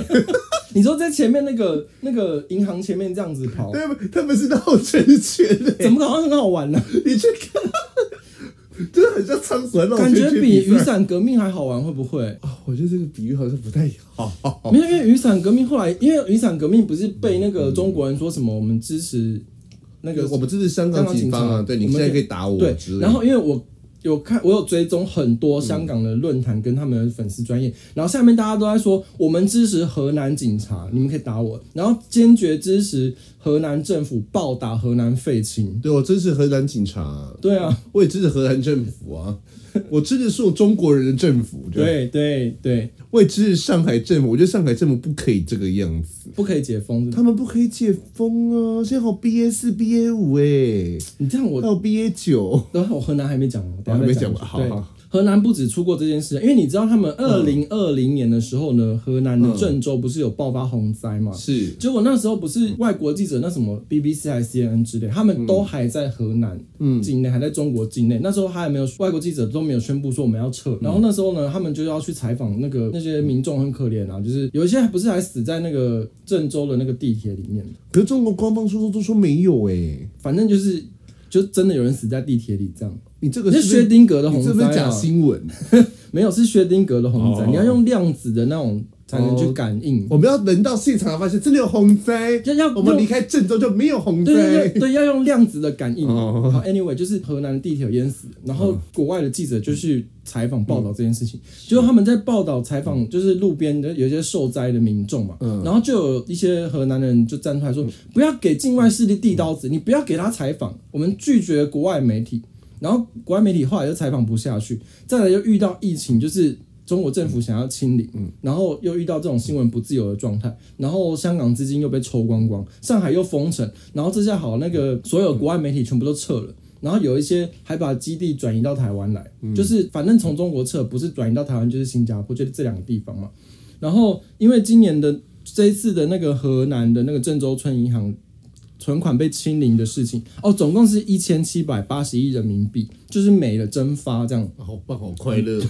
Speaker 1: 你说在前面那个那个银行前面这样子跑，
Speaker 2: 他们他们是绕圈圈、欸，
Speaker 1: 怎么好像很好玩呢、
Speaker 2: 你去看， 真的很像仓鼠在绕
Speaker 1: 感
Speaker 2: 圈
Speaker 1: 觉
Speaker 2: 圈
Speaker 1: 比
Speaker 2: 比
Speaker 1: 雨
Speaker 2: 赛
Speaker 1: 伞革命还好玩，会不会？
Speaker 2: 啊，我觉得这个比喻好像不太好。
Speaker 1: 没有，因为雨伞革命后来，因为雨伞革命不是被那个中国人说什么我们支持那个
Speaker 2: 我们这是香港警方
Speaker 1: 香
Speaker 2: 啊，
Speaker 1: 港警察
Speaker 2: 对你现在可以打我
Speaker 1: 对
Speaker 2: 之类，的。
Speaker 1: 然后因为我有看，我有追踪很多香港的论坛跟他们的粉丝专业，然后下面大家都在说我们支持河南警察，你们可以打我，然后坚决支持河南政府暴打河南废青。
Speaker 2: 对我支持荷兰警察、
Speaker 1: 对啊，
Speaker 2: 我也支持荷兰政府啊，我支持所有中国人的政府，
Speaker 1: 对
Speaker 2: 对，
Speaker 1: 对对，
Speaker 2: 我也支持上海政府，我觉得上海政府不可以这个样子，
Speaker 1: 不可以解封。
Speaker 2: 他们不可以解封啊，现在好 BA 四、BA 五哎，
Speaker 1: 你这样我
Speaker 2: 还，有 BA 九，
Speaker 1: 然后我河南还没讲完，等一下
Speaker 2: 哦还没
Speaker 1: 再
Speaker 2: 讲完好
Speaker 1: 对
Speaker 2: 好
Speaker 1: 河南不止出过这件事，因为你知道他们二零二零年的时候呢，河南的
Speaker 2: 嗯
Speaker 1: 郑州不是有爆发洪灾嘛？
Speaker 2: 是
Speaker 1: 结果那时候不是外国记者，那什么 BBC 还是 CNN
Speaker 2: 嗯
Speaker 1: 之类，他们都还在河南境内，还在中国境内。那时候他还没有外国记者都没有宣布说我们要
Speaker 2: 嗯
Speaker 1: 撤。然后那时候呢，他们就要去采访那个那些民众，很可怜啊，就是有一些不是还死在那个郑州的那个地铁里面，
Speaker 2: 可是中国官方说说都说没有哎、
Speaker 1: 反正就是就真的有人死在地铁里这样。
Speaker 2: 你这个
Speaker 1: 那
Speaker 2: 是
Speaker 1: 是薛定谔的
Speaker 2: 你
Speaker 1: 洪
Speaker 2: 这不
Speaker 1: 灾、
Speaker 2: 是
Speaker 1: 啊、
Speaker 2: 假新闻？
Speaker 1: 没有，是薛定谔的洪灾。
Speaker 2: 哦
Speaker 1: 你要用量子的那种才能去
Speaker 2: 哦
Speaker 1: 感应。
Speaker 2: 我们要人到现场发现真的有洪灾，
Speaker 1: 要要
Speaker 2: 我们
Speaker 1: 用
Speaker 2: 离开郑州就没有洪
Speaker 1: 对对
Speaker 2: 灾
Speaker 1: 对，。对要用量子的感应。
Speaker 2: 哦
Speaker 1: 好，anyway，就是河南的地铁有淹死，然后国外的记者就去采访报道这件事
Speaker 2: 嗯
Speaker 1: 情，结果他们在报道采访，就是路边的有一些受灾的民众嘛，
Speaker 2: 嗯
Speaker 1: 然后就有一些河南人就站出来说，不要给境外势力递刀子，你不要给他采访，我们拒绝国外媒体。然后国外媒体后来又采访不下去，再来又遇到疫情，就是中国政府想要清理，然后又遇到这种新闻不自由的状态，然后香港资金又被抽光光，上海又封城，然后这下好，那个所有国外媒体全部都撤了。然后有一些还把基地转移到台湾来，就是反正从中国撤，不是转移到台湾就是新加坡，就是这两个地方嘛。然后因为今年的这一次的那个河南的那个郑州村银行存款被清零的事情，哦，总共是一千七百八十亿人民币，就是没了蒸发这样。
Speaker 2: 哦好棒，好快乐。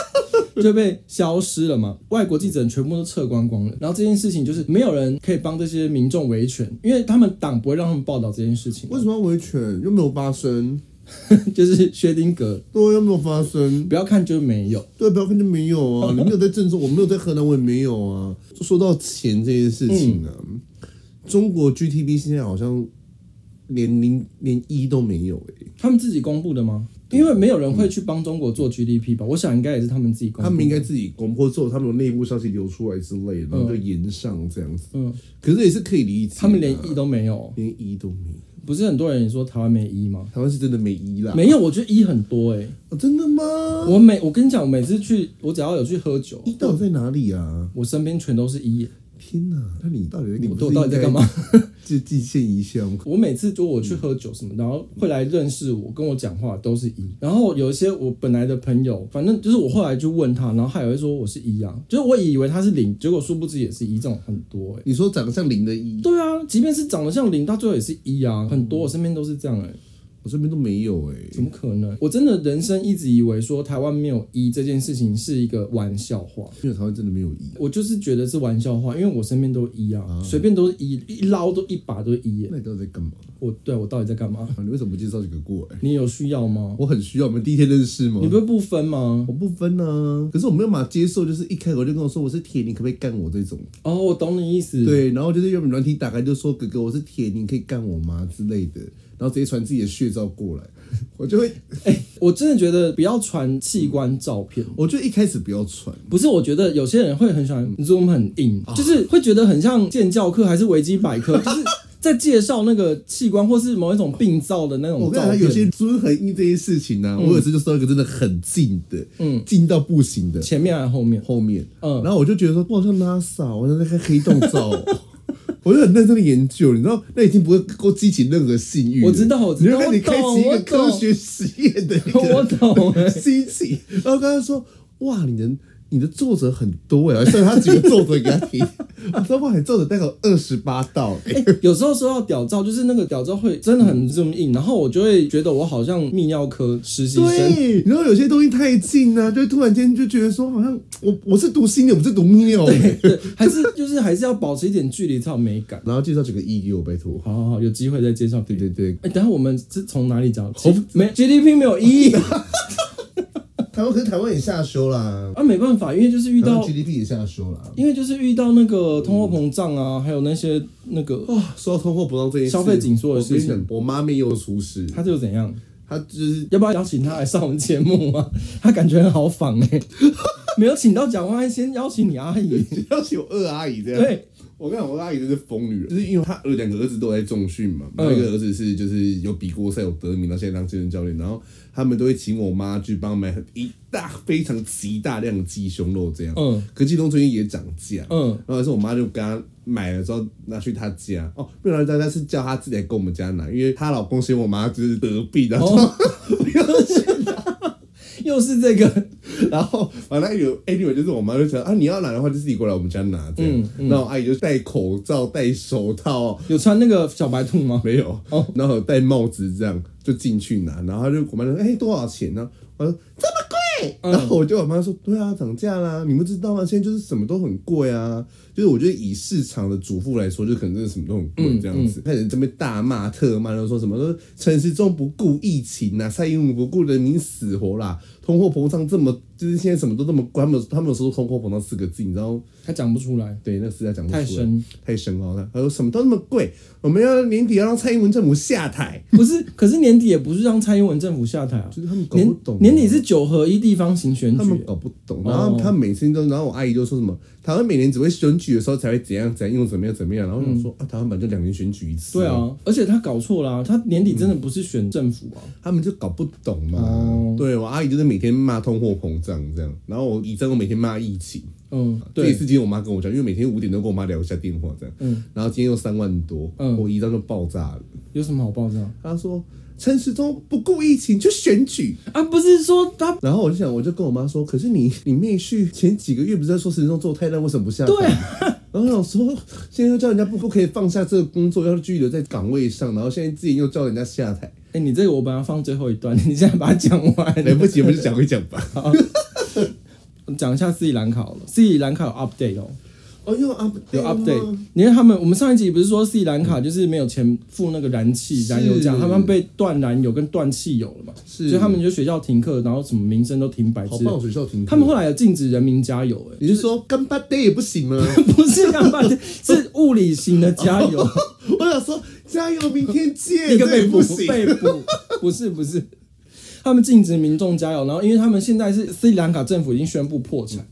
Speaker 1: 就被消失了嘛，外国记者全部都撤光光了。然后这件事情就是没有人可以帮这些民众维权，因为他们党不会让他们报道这件事情
Speaker 2: 为，什么要维权？又没有发生，
Speaker 1: 就是薛定谔，
Speaker 2: 对，啊又没有发生，
Speaker 1: 不要看就没有。
Speaker 2: 对，不要看就没有 啊。你没有在郑州，我没有在河南，我也没有啊。说到钱这件事情呢、
Speaker 1: 嗯
Speaker 2: 中国 GDP 现在好像连零连一都没有欸诶、
Speaker 1: 他们自己公布的吗？因为没有人会去帮中国做 GDP 吧？我想应该也是他们自己公布。
Speaker 2: 他们应该自己公布之后，他们有内部消息流出来之类的，然后就延上这样子。
Speaker 1: 嗯，
Speaker 2: 可是也是可以理解的啊、
Speaker 1: 他们连一都没有，
Speaker 2: 连一都没有。
Speaker 1: 不是很多人也说台湾没医吗？
Speaker 2: 台湾是真的没医啦，
Speaker 1: 没有，我觉得医很多哎、
Speaker 2: 哦真的吗？
Speaker 1: 我每我跟你讲，我每次去，我只要有去喝酒，
Speaker 2: 医到底在哪里啊？
Speaker 1: 我身边全都是医。
Speaker 2: 天哪，那你到底
Speaker 1: 我
Speaker 2: 你
Speaker 1: 我到底在干嘛？
Speaker 2: 就进献一下吗？
Speaker 1: 我每次就我去喝酒什么，然后会来认识我、跟我讲话都是一。然后有一些我本来的朋友，反正就是我后来就问他，然后他也会说我是一啊，就是我以为他是零，结果殊不知也是一，这种很多哎、
Speaker 2: 你说长得像零的一，
Speaker 1: 对啊，即便是长得像零，到最后也是一啊，很多我身边都是这样哎、
Speaker 2: 我身边都没有哎、
Speaker 1: 怎么可能？我真的人生一直以为说台湾没有一这件事情是一个玩笑话，
Speaker 2: 因为台湾真的没有医。
Speaker 1: 我就是觉得是玩笑话，因为我身边都一啊
Speaker 2: 啊，
Speaker 1: 随便都是一，一捞都一把都是一耶。
Speaker 2: 那你到底在干嘛？
Speaker 1: 我对我到底在干嘛？
Speaker 2: 啊你为什么不介绍几个过来？
Speaker 1: 你有需要吗？
Speaker 2: 我很需要，我们第一天认识吗
Speaker 1: 你？不是不分吗？
Speaker 2: 我不分啊，可是我没有办法接受，就是一开口就跟我说我是铁，你可不可以干我这种？
Speaker 1: 哦，我懂你意思。，
Speaker 2: 对，然后就是原本软体打开就说哥哥我是铁，你可以干我吗之类的，然后直接传自己的血照过来，我就会，
Speaker 1: 我真的觉得不要传器官照片。
Speaker 2: 我就一开始不要传，
Speaker 1: 不是，我觉得有些人会很喜欢 Zoom 很硬，
Speaker 2: 啊
Speaker 1: 就是会觉得很像健教课还是维基百科， 就是在介绍那个器官或是某一种病灶的那
Speaker 2: 我
Speaker 1: 种
Speaker 2: 跟
Speaker 1: 照
Speaker 2: 你
Speaker 1: 片。
Speaker 2: 讲，有些尊很硬这件事情呢、我有一次就收到一个真的很近的，嗯，近到不行的，
Speaker 1: 前面还是后 面？
Speaker 2: 后面，
Speaker 1: 嗯
Speaker 2: 嗯，然后我就觉得说，我好像 NASA，我好像在看黑洞照哦、 我就很认真的研究，你知道，那已经不会够激起任何性欲了。
Speaker 1: 我知道我知道
Speaker 2: 你就开始开启一
Speaker 1: 我
Speaker 2: 个
Speaker 1: 懂
Speaker 2: 科学实验的一
Speaker 1: 我
Speaker 2: 个
Speaker 1: 懂、 欸。
Speaker 2: 心情。然后跟他说，哇，你的你的皱褶很多哎，算他几个皱褶给他 听，我说哇，你皱褶大概有二十八道哎、
Speaker 1: 欸 有时候说到屌照，就是那个屌照会真的很 zoom in，然后我就会觉得我好像泌尿科实习生。
Speaker 2: 对，然后有些东西太近啊，就突然间就觉得说，好像我我是读心理，我不是读泌尿。
Speaker 1: 对，还是就是还是要保持一点距离才有美感。
Speaker 2: 然后介绍几个 E 给我，拜托。
Speaker 1: 好好好，有机会再介绍给
Speaker 2: 对
Speaker 1: 你。
Speaker 2: 对对，
Speaker 1: 哎、等一下我们是从哪里讲
Speaker 2: 好？
Speaker 1: 没 GDP 没有意义
Speaker 2: 台湾可是台湾也下修 啦，
Speaker 1: 啊，没办法，因为就是遇
Speaker 2: 台湾
Speaker 1: 到，
Speaker 2: GDP 也下修啦。
Speaker 1: 因为就是遇到那个通货膨胀啊，还有那些那个，
Speaker 2: 说到通货膨胀这件事，
Speaker 1: 消费紧缩的事情
Speaker 2: 我跟你讲，我妈咪又出事，
Speaker 1: 他就怎样？
Speaker 2: 她就是
Speaker 1: 要不要邀请他来上我们节目啊？ 他感觉很好仿哎、 没有请到蒋万安，先邀请你阿姨。
Speaker 2: 要求二阿姨这样。
Speaker 1: 对，
Speaker 2: 我跟你讲，我阿姨真是疯女人，就是因为她有两个儿子都在重训嘛，
Speaker 1: 嗯
Speaker 2: 然后一个儿子是就是有比过赛有得名，然后现在当健身教练，然后他们都会请我妈去帮买一大非常极大量的鸡胸肉这样，
Speaker 1: 嗯
Speaker 2: 可鸡胸最近也涨价，
Speaker 1: 嗯，
Speaker 2: 然后还是我妈就跟她买了之后拿去她家，哦，没有拿去她家是叫她自己来跟我们家拿，因为她老公嫌我妈就是得病，然后、
Speaker 1: 哦又是这个。
Speaker 2: 然后反正有 anyway 就是我妈就想啊，你要拿的话就自己过来我们家拿这样，
Speaker 1: 嗯
Speaker 2: 然后我阿姨就戴口罩、戴手套，
Speaker 1: 有穿那个小白兔吗？
Speaker 2: 没有，然后有戴帽子这样就进去拿，然后他就我妈就说，哎、多少钱呢、我说这么贵，然后我就我妈说，对啊，涨价啦，你不知道吗？现在就是什么都很贵啊，就是我觉得以市场的主妇来说，就可能真的什么都很贵这样子，开始这边大骂特骂，然后说什么说陈时中不顾疫情啊，蔡英文不顾人民死活啦，通货膨胀这么。就是现在什么都这么贵，他们有他们有说通货膨胀四个字，你知道吗
Speaker 1: 他讲不出来，
Speaker 2: 对，那个实在讲不出来，
Speaker 1: 太深。
Speaker 2: 太深奥了。他说什么都那么贵，我们要年底要让蔡英文政府下台。
Speaker 1: 不是， 可是年底也不是让蔡英文政府下台啊，
Speaker 2: 就是他们搞不
Speaker 1: 年
Speaker 2: 懂啊
Speaker 1: 年底是九合一地方行选
Speaker 2: 他们
Speaker 1: 举，
Speaker 2: 搞不懂，
Speaker 1: 哦
Speaker 2: 然后他每次都，然后我阿姨就说什么，台湾每年只会选举的时候才会怎样怎样，用怎么样怎么样，然后我想说、啊，台湾本来就两年选举一
Speaker 1: 嗯
Speaker 2: 次，
Speaker 1: 对，啊，而且他搞错啦、他年底真的不是选政府啊，
Speaker 2: 他们就搞不懂嘛。
Speaker 1: 哦
Speaker 2: 对我阿姨就是每天骂通货膨胀这样，然后我姨丈我每天骂疫情，
Speaker 1: 嗯，
Speaker 2: 这
Speaker 1: 对
Speaker 2: 也是，今天我妈跟我讲，因为每天五点都跟我妈聊一下电话这样，
Speaker 1: 嗯
Speaker 2: 然后今天又三万多，
Speaker 1: 嗯
Speaker 2: 我姨丈就爆炸了，
Speaker 1: 有什么好爆炸
Speaker 2: 他说陈时中不顾疫情去选举，
Speaker 1: 啊？不是说他
Speaker 2: 然后我就想，我就跟我妈说，可是你 你妹婿前几个月不是在说陈时中做太烂，为什么不下台？
Speaker 1: 对啊
Speaker 2: 然后我想说，现在又叫人家不不可以放下这个工作，要拘留在岗位上，然后现在自己又叫人家下 台，
Speaker 1: 哎、你这个我本来要放最后一段， 你现在把它讲完，
Speaker 2: 来不及，我们就讲一讲吧。
Speaker 1: 讲一下斯里兰卡好了，斯里兰卡有 update 哦，
Speaker 2: 哦，又 up
Speaker 1: 有啊 update，因为他们我们上一集不是说斯里兰卡就是没有钱付那个燃气
Speaker 2: 是
Speaker 1: 燃油价，他们被断燃油跟断汽油了嘛，
Speaker 2: 是
Speaker 1: 所以他们就学校停课，然后什么民生都停摆
Speaker 2: 好
Speaker 1: 之类
Speaker 2: 棒，学校停课。
Speaker 1: 他们后来有禁止人民加油、
Speaker 2: 你是说干巴爹也不行 吗？
Speaker 1: 哎，不是干饭，是物理型的加 油，
Speaker 2: 我想说加油，明天见。
Speaker 1: 一个
Speaker 2: 这也
Speaker 1: 被捕
Speaker 2: 不行，
Speaker 1: 被捕，不是不是，他们禁止民众加油，然后因为他们现在是斯里兰卡政府已经宣布破产，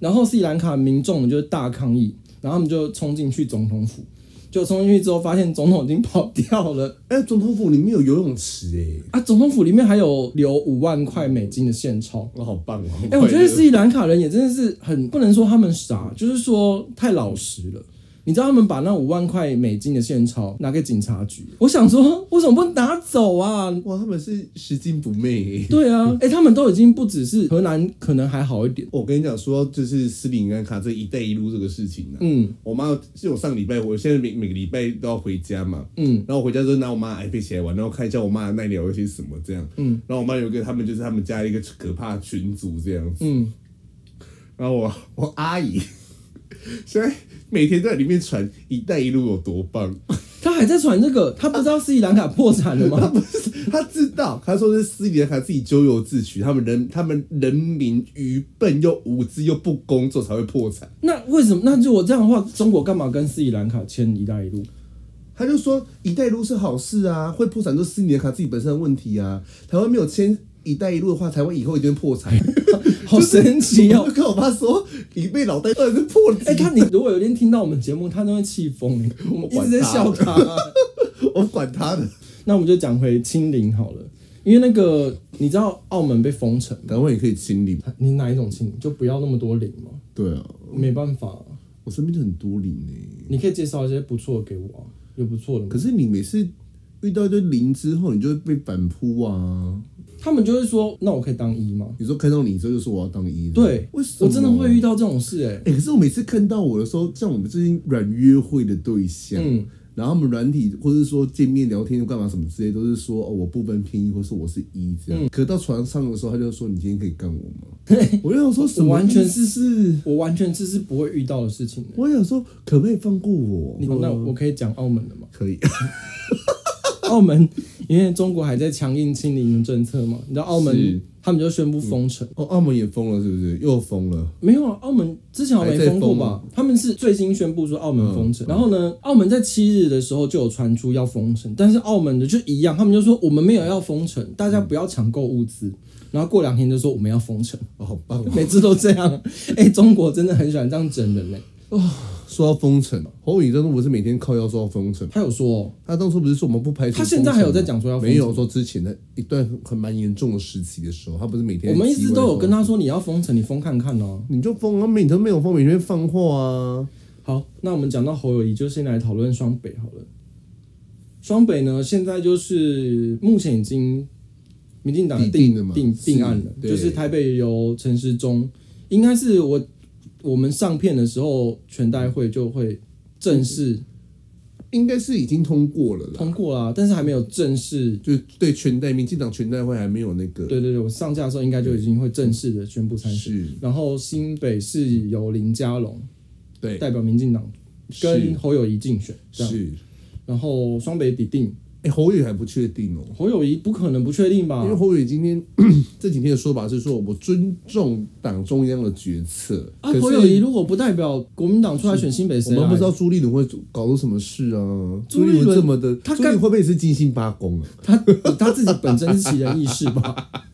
Speaker 1: 然后斯里兰卡民众就是大抗议，然后他们就冲进去总统府。就冲进去之后发现总统已经跑掉了
Speaker 2: 哎、总统府里面有游泳池哎、
Speaker 1: 啊！总统府里面还有留五万块美金的现钞。
Speaker 2: 我好棒哦！好
Speaker 1: 哎、我觉
Speaker 2: 快
Speaker 1: 得
Speaker 2: 乐
Speaker 1: 斯里兰卡人也真的是很不能说他们傻，就是说太老实了。你知道他们把那五万块美金的现钞拿给警察局，我想说为什么不拿走啊？
Speaker 2: 哇，他们是拾金不昧欸、
Speaker 1: 对啊，哎、他们都已经不只是荷兰，可能还好一点。
Speaker 2: 我跟你讲，说到就是斯里兰卡这“一带一路”这个事情呢、
Speaker 1: 嗯
Speaker 2: 我妈是我上礼拜，我现在每每个礼拜都要回家嘛，
Speaker 1: 嗯，
Speaker 2: 然后我回家之后拿我妈 iPad 起来玩，然后看一下我妈的奈聊有些什么这样，嗯，然后我妈有一个他们就是他们家一个可怕群组这样子，
Speaker 1: 嗯，
Speaker 2: 然后我我阿姨 现在每天都在里面传“一带一路”有多棒，
Speaker 1: 他还在传这个，他不知道斯里兰卡破产了吗？
Speaker 2: 她知道，她说是斯里兰卡自己咎由自取，他们人他们人民愚笨又无知又不工作才会破产。
Speaker 1: 那为什么？那就我这样的话，中国干嘛跟斯里兰卡签“一带一 路
Speaker 2: 他就说“一带一路”是好事啊，会破产都是斯里兰卡自己本身的问题啊。台湾没有签“一带一路”的话，台湾以后一定会破 产。”？
Speaker 1: 好神奇
Speaker 2: 然后
Speaker 1: 哦！
Speaker 2: 我跟我妈说：“你被老袋到底是破了几
Speaker 1: 哎、他你如果有一天听到我们节目，他都会气疯哎，我们一直在笑他、
Speaker 2: 我管他的。
Speaker 1: 那我们就讲回清零好了，因为那个你知道澳门被封城，
Speaker 2: 台湾也可以清零。
Speaker 1: 你哪一种清零就不要那么多零嘛，
Speaker 2: 对啊，
Speaker 1: 没办法、
Speaker 2: 我身边就很多零呢、
Speaker 1: 你可以介绍一些不错的给我、啊，有不错的吗
Speaker 2: 可？是你每次遇到一堆零之后，你就会被反扑啊。
Speaker 1: 他们就会说，那我可以当一吗？
Speaker 2: 你说看到你之后就说我要当一，
Speaker 1: 对，
Speaker 2: 为什么
Speaker 1: 我真的会遇到这种事哎、
Speaker 2: 哎、可是我每次看到我的时候，像我们最近软约会的对象，
Speaker 1: 嗯
Speaker 2: 然后他们软体或者说见面聊天干嘛什么之类，都是说哦我不分偏一，或是我是一这
Speaker 1: 嗯
Speaker 2: 样。可到床上的时候，他就说你今天可以干我 吗？我就想说什么意思？
Speaker 1: 完全是
Speaker 2: 是，
Speaker 1: 我完全这是不会遇到的事情的、
Speaker 2: 我想说可不可以放过我？？
Speaker 1: 你那我可以讲澳门的吗
Speaker 2: 可以，
Speaker 1: 澳门因为中国还在强硬清零政策嘛，你知道澳
Speaker 2: 是
Speaker 1: 门他们就宣布封城。
Speaker 2: 哦，澳门也封了是不是？又封了。
Speaker 1: 没有啊，澳门之前好像没封过吧？他们是最新宣布说澳门封
Speaker 2: 嗯
Speaker 1: 城，然后呢，澳门在七日的时候就有传出要封城，但是澳门的就一样，他们就说我们没有要封城，大家不要抢购物资。然后过两天就说我们要封 城，
Speaker 2: 哦，好棒哦！
Speaker 1: 每次都这样。哎、中国真的很喜欢这样整人欸呢、
Speaker 2: 说到封城，侯友宜当初不是每天靠腰说要封城，
Speaker 1: 他有说、哦，
Speaker 2: 他当初不是说我们不排除
Speaker 1: 他
Speaker 2: 封城
Speaker 1: 现
Speaker 2: 吗，
Speaker 1: 在还有在讲说要封
Speaker 2: 没
Speaker 1: 城
Speaker 2: 有说之前的一段很很蛮严重的时期的时候，他不是每天
Speaker 1: 我们一
Speaker 2: 在
Speaker 1: 直
Speaker 2: 集
Speaker 1: 都
Speaker 2: 会
Speaker 1: 有
Speaker 2: 吗
Speaker 1: 跟他说你要封城，你封看看哦、
Speaker 2: 你就疯啊！每天没有疯，每天放话啊！
Speaker 1: 好，那我们讲到侯友谊，就先来讨论双北好了。双北呢，现在就是目前已经民进党
Speaker 2: 必
Speaker 1: 定
Speaker 2: 定的嘛
Speaker 1: 定
Speaker 2: 是
Speaker 1: 定案了，
Speaker 2: 对
Speaker 1: 就是台北由陈时中，应该是我我们上片的时候，全代会就会正式
Speaker 2: 应该是已经通过了啦，
Speaker 1: 通过啦，但是还没有正式。
Speaker 2: 就对全代民进党全代会还没有那个
Speaker 1: 对对对，我上架的时候应该就已经会正式的宣布参选。
Speaker 2: 是，
Speaker 1: 然后新北是由林佳龙
Speaker 2: 对，
Speaker 1: 代表民进党跟
Speaker 2: 是
Speaker 1: 侯友谊竞选，这样。
Speaker 2: 是。
Speaker 1: 然后双北抵定，
Speaker 2: 哎、侯友宜还不确定哦、
Speaker 1: 侯友谊不可能不确定吧
Speaker 2: 因为？侯友宜今天 这几天的说法是说，我尊重党中央的决策，
Speaker 1: 啊，
Speaker 2: 可
Speaker 1: 侯友谊
Speaker 2: 是
Speaker 1: 如果不代表国民党出来选新北，
Speaker 2: 我
Speaker 1: 谁
Speaker 2: 们
Speaker 1: 来
Speaker 2: 不知道朱立伦会搞出什么事啊！
Speaker 1: 朱
Speaker 2: 朱
Speaker 1: 立
Speaker 2: 立
Speaker 1: 伦
Speaker 2: 伦这么的，
Speaker 1: 他
Speaker 2: 朱立
Speaker 1: 干
Speaker 2: 伦会不会也是金星八公啊？
Speaker 1: 他哎他自己本身是奇人异事吧？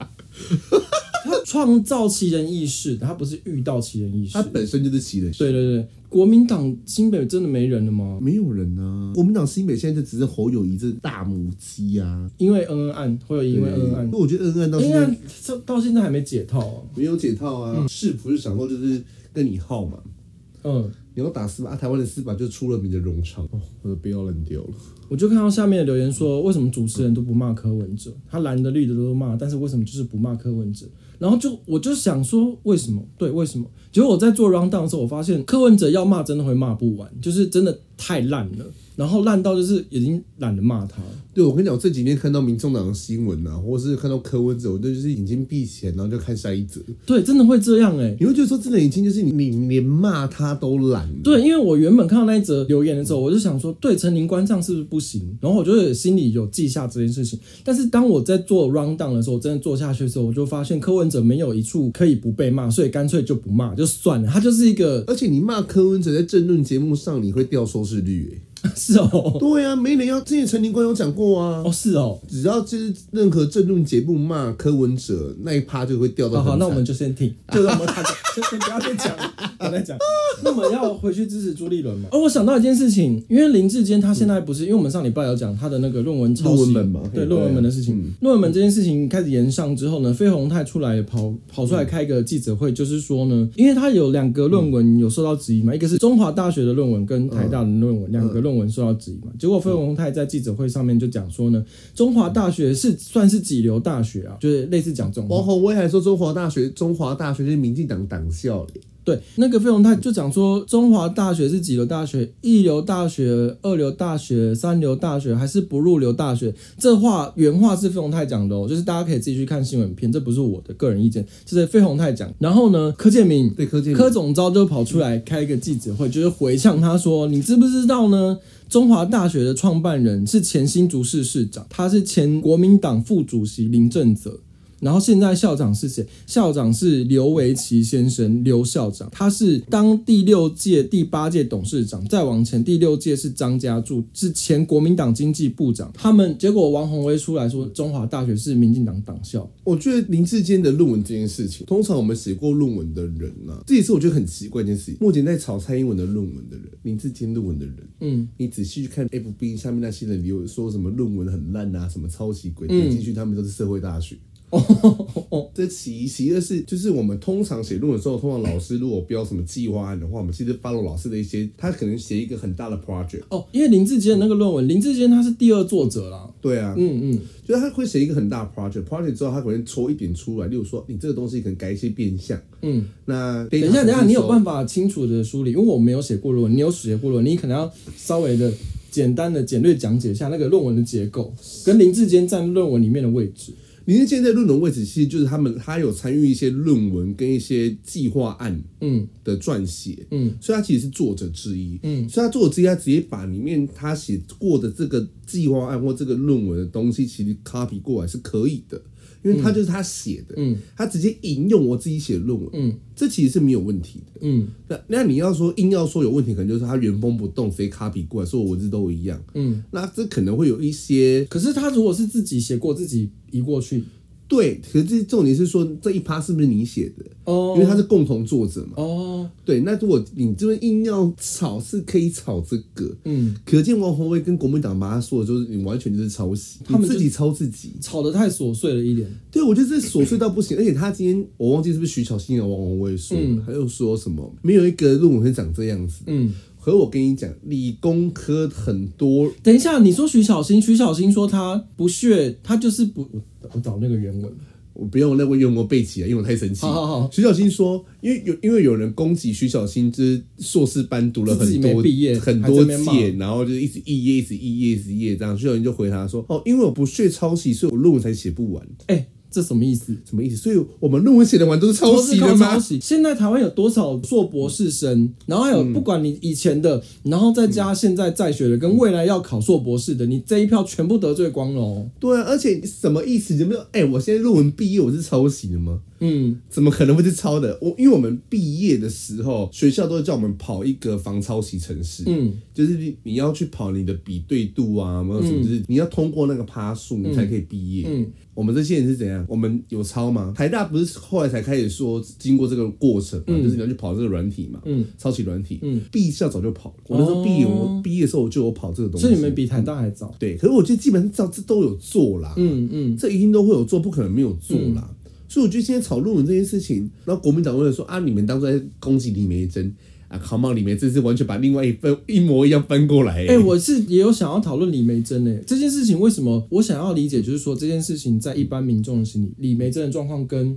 Speaker 1: 他创造奇人异事的，他不是遇到奇人异事
Speaker 2: 他。本身就是奇人，
Speaker 1: 对对对，国民党新北真的没人了吗？
Speaker 2: 没有人啊！国民党新北现在就只是侯友谊这大母鸡啊！
Speaker 1: 因为恩恩案，侯友谊因为恩恩
Speaker 2: 因
Speaker 1: 案
Speaker 2: 为，我觉得恩恩到现
Speaker 1: 恩
Speaker 2: 在
Speaker 1: 恩到到现在还没解套啊。
Speaker 2: 没有解套啊，是不是想说就是跟你耗嘛？
Speaker 1: 嗯，
Speaker 2: 你要打司法，啊、台湾的司法就出了名的冗长，哦，我的标烂掉了。
Speaker 1: 我就看到下面的留言说，为什么主持人都不骂柯文哲？他蓝的绿的都骂，但是为什么就是不骂柯文哲？然后就我就想说，为什么？对，为什么？结果我在做 round down 的时候，我发现柯文哲要骂真的会骂不完，就是真的太烂了，然后烂到就是已经懒得骂他了。
Speaker 2: 对，我跟你讲，我这几天看到民众党的新闻啊，或是看到柯文哲，我就是眼睛闭起来，然后就看下一则。
Speaker 1: 对，真的会这样哎、
Speaker 2: 你会觉得说，真的已经就是你，你连骂他都懒了。
Speaker 1: 对，因为我原本看到那一则留言的时候，我就想说，对陈林官上是不是不行？然后我就是心里有记下这件事情。但是当我在做 round down 的时候，真的做下去的时候，我就发现柯文哲没有一处可以不被骂，所以干脆就不骂就算了。他就是一个
Speaker 2: 而且你骂柯文哲在政论节目上，你会掉收视率、欸。
Speaker 1: 是哦，
Speaker 2: 对啊，没人要。之前陈林官有讲过啊，
Speaker 1: 哦是哦，
Speaker 2: 只要就是任何政论节目骂柯文哲那一趴就会掉到
Speaker 1: 哦好
Speaker 2: 很
Speaker 1: 好，那
Speaker 2: 惨
Speaker 1: 我们就先 停，就让我们看，就先不要再讲， 不要再讲。那我们要回去支持朱立伦嘛？哦，我想到一件事情，因为林志坚他现在不是，因为我们上礼拜有讲他的那个论文抄
Speaker 2: 论
Speaker 1: 袭
Speaker 2: 文本嘛
Speaker 1: 对
Speaker 2: 嗯
Speaker 1: 论文
Speaker 2: 对
Speaker 1: 本的事情
Speaker 2: 嗯，
Speaker 1: 论文本这件事情开始延上之后呢，费鸿泰出来跑跑出来开一个记者会，就是说呢，因为他有两个论文有受到质疑嘛，一个是中华大学的论文跟台大的论文，两个论文受到质疑嘛，结果费鸿泰在记者会上面就讲说呢，中华大学是算是几流大学啊，就是类似讲这种话
Speaker 2: 王宏威还说中华大学，中华大学是民进党党校嘞，
Speaker 1: 对，那个费鸿泰就讲说，中华大学是几流大学？一流大学、二流大学、三流大学，还是不入流大学？这话原话是费鸿泰讲的哦，就是大家可以自己去看新闻片，这不是我的个人意见，这是费鸿泰讲。然后呢，柯建明
Speaker 2: 对柯建
Speaker 1: 柯总招就跑出来开一个记者会，就是回呛他说：“你知不知道呢？中华大学的创办人是前新竹市市长，他是前国民党副主席林正泽。”然后现在校长是谁？校长是刘维奇先生，刘校长，他是当第六届、第八届董事长，再往前第六届是张家柱，是前国民党经济部长。他们结果王宏威出来说，中华大学是民进党党校，
Speaker 2: 哦我觉得林志坚的论文这件事情，通常我们写过论文的人呢、这也是我觉得很奇怪一件事情。目前在炒蔡英文的论文的人，林志坚论文的人，
Speaker 1: 嗯，
Speaker 2: 你仔细去看 FB 下面那些人留说什么论文很烂啊，什么抄袭鬼，点进去他们都是社会大学。哦， 这其一，其二是就是我们通常写论文的时候，通常老师如果标什么计划案的话，我们其实 follow 老师的一些，他可能写一个很大的 project，
Speaker 1: 哦，因为林志坚的那个论文，林志坚他是第二作者啦。
Speaker 2: 对啊，
Speaker 1: 嗯嗯，
Speaker 2: 就是他会写一个很大的 project，project 之后他可能抽一点出来，例如说你这个东西可能改一些变相，
Speaker 1: 嗯，
Speaker 2: 那
Speaker 1: 等一下，等一下，你有
Speaker 2: 法？
Speaker 1: 办法清楚的梳理？因为我没有写过论文，你有写过论文，你可能要稍微的简单的简略讲解一下那个论文的结构跟林志坚占论文里面的位置。
Speaker 2: 林志坚在论文位置，其实就是他们他有参与一些论文跟一些计划案
Speaker 1: 嗯
Speaker 2: 的撰写，
Speaker 1: 嗯，
Speaker 2: 所以他其实是作者之一，
Speaker 1: 嗯，
Speaker 2: 所以他作者之一，他直接把里面他写过的这个计划案或这个论文的东西，其实 copy 过来是可以的，因为他就是他写的，
Speaker 1: 嗯，
Speaker 2: 他直接引用我自己写的论文，
Speaker 1: 嗯，
Speaker 2: 这其实是没有问题的。
Speaker 1: 嗯
Speaker 2: 那那你要说硬要说有问题，可能就是他原封不动直接 copy 过来，所有文字都一样，
Speaker 1: 嗯。
Speaker 2: 那这可能会有一些
Speaker 1: 可是他如果是自己写过，自己移过去，
Speaker 2: 对，可是重点是说这一趴是不是你写的？
Speaker 1: 哦
Speaker 2: 因为他是共同作者嘛。
Speaker 1: 哦，
Speaker 2: 对，那如果你这边硬要吵，是可以吵这个。
Speaker 1: 嗯，
Speaker 2: 可见王宏威跟国民党把他说的就是你完全就是抄袭，
Speaker 1: 他们
Speaker 2: 你
Speaker 1: 就
Speaker 2: 自己抄自己。
Speaker 1: 吵得太琐碎了一点。
Speaker 2: 对，我觉得这琐碎到 不行。而且他今天我忘记是不是徐巧芯还是王宏威说的，他又说什么没有一个论文会长这样子。
Speaker 1: 嗯，
Speaker 2: 和我跟你讲，理工科很多
Speaker 1: 等一下，你说徐小新，徐小新说他不屑，他就是不，我我找那个原文。
Speaker 2: 我不用那位幽默背起来，因为我太生气。
Speaker 1: 好好好
Speaker 2: 徐小新说，因为有因为有人攻击徐小新，就是硕士班读了
Speaker 1: 自己
Speaker 2: 很
Speaker 1: 没
Speaker 2: 多
Speaker 1: 毕业
Speaker 2: 很
Speaker 1: 还在
Speaker 2: 多
Speaker 1: 那边骂
Speaker 2: 届，然后就一直肄业，一直肄业，一直肄业这样。徐小新就回答说，哦，因为我不屑抄袭，所以我论文才写不完。
Speaker 1: 哎、这什么意思？
Speaker 2: 什么意思？所以我们论文写得完都是抄
Speaker 1: 都
Speaker 2: 袭的
Speaker 1: 是靠抄
Speaker 2: 吗？
Speaker 1: 袭。现在台湾有多少硕博士生？然后还
Speaker 2: 嗯
Speaker 1: 有不管你以前的，然后再加现在在学的，跟未来要考硕博士的，你这一票全部得罪光了哦。
Speaker 2: 对啊，而且什么意思？有没有？哎、我现在论文毕业，我是抄袭的吗？
Speaker 1: 嗯，
Speaker 2: 怎么可能会是抄的？我因为我们毕业的时候，学校都会叫我们跑一个防抄袭城市，
Speaker 1: 嗯，
Speaker 2: 就是你你要去跑你的比对度啊，有没有什么，就是你要通过那个趴数，你才可以毕业。
Speaker 1: 嗯
Speaker 2: 我们这些人是怎样？我们有抄吗？台大不是后来才开始说，经过这个过程嘛，就是你要去跑这个软体嘛，
Speaker 1: 嗯，
Speaker 2: 抄袭软体，
Speaker 1: 嗯，
Speaker 2: 毕校早就跑了。我那时候毕业，
Speaker 1: 哦
Speaker 2: 我毕业的时候我就有跑这个东西。
Speaker 1: 所以你们比台大还早。
Speaker 2: 对，可是我觉得基本上这都有做啦，
Speaker 1: 嗯嗯，
Speaker 2: 这一定都会有做，不可能没有做啦。所以我觉得现在炒论文这件事情，然后国民党为了说啊，你们当初在攻击李梅珍啊，考帽李梅珍是完全把另外一份一模一样翻过来、欸。
Speaker 1: 哎、我是也有想要讨论李梅珍诶、这件事情，为什么我想要理解，就是说这件事情在一般民众的心里，李梅珍的状况跟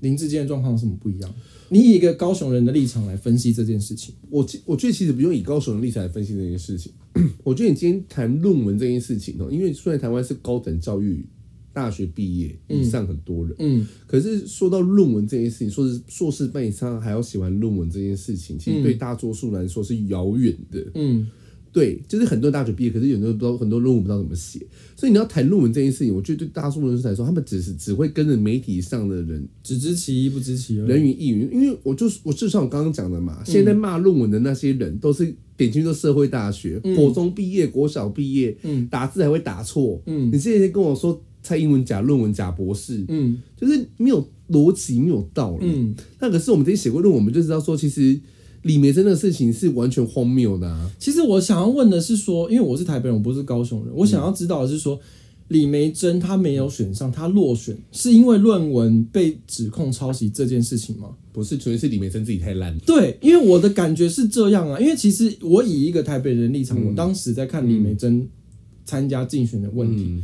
Speaker 1: 林志坚的状况有什么不一样？你以一个高雄人的立场来分析这件事情，
Speaker 2: 我其我觉得其实不用以高手的立场来分析这件事情。 我觉得你今天谈论文这件事情哦，因为虽然台湾是高等教育大学毕业以上很多人，
Speaker 1: 嗯
Speaker 2: 可是说到论文这件事情，说是硕士班以上还要喜欢论文这件事情，其实对大多数来说是遥远的。
Speaker 1: 嗯
Speaker 2: 对，就是很多人大学毕业，可是有很多人不知道很多论文不知道怎么写，所以你要谈论文这件事情，我觉得对大多数人来说，他们只是只会跟着媒体上的人
Speaker 1: 只知其一不知其二。嗯
Speaker 2: 人云亦云，因为我就是我就像我刚刚讲的嘛，现在骂论文的那些人都是点进去都社会大学，国中毕业，国小毕业，
Speaker 1: 嗯
Speaker 2: 打字还会打错，
Speaker 1: 嗯
Speaker 2: 你之前跟我说蔡英文假论文假博士，
Speaker 1: 嗯
Speaker 2: 就是没有逻辑，没有道理。
Speaker 1: 嗯，
Speaker 2: 那可是我们之前写过论文，我们就知道说，其实李梅珍的事情是完全荒谬的、啊。
Speaker 1: 其实我想要问的是说，因为我是台北人，我不是高雄人，我想要知道的是说，李梅珍她没有选上，她落选是因为论文被指控抄袭这件事情吗？
Speaker 2: 不是，纯粹是李梅珍自己太烂。
Speaker 1: 对，因为我的感觉是这样
Speaker 2: 嗯
Speaker 1: 啊，因为其实我以一个台北人立场，我当时在看李梅珍参加竞选的问题，
Speaker 2: 嗯，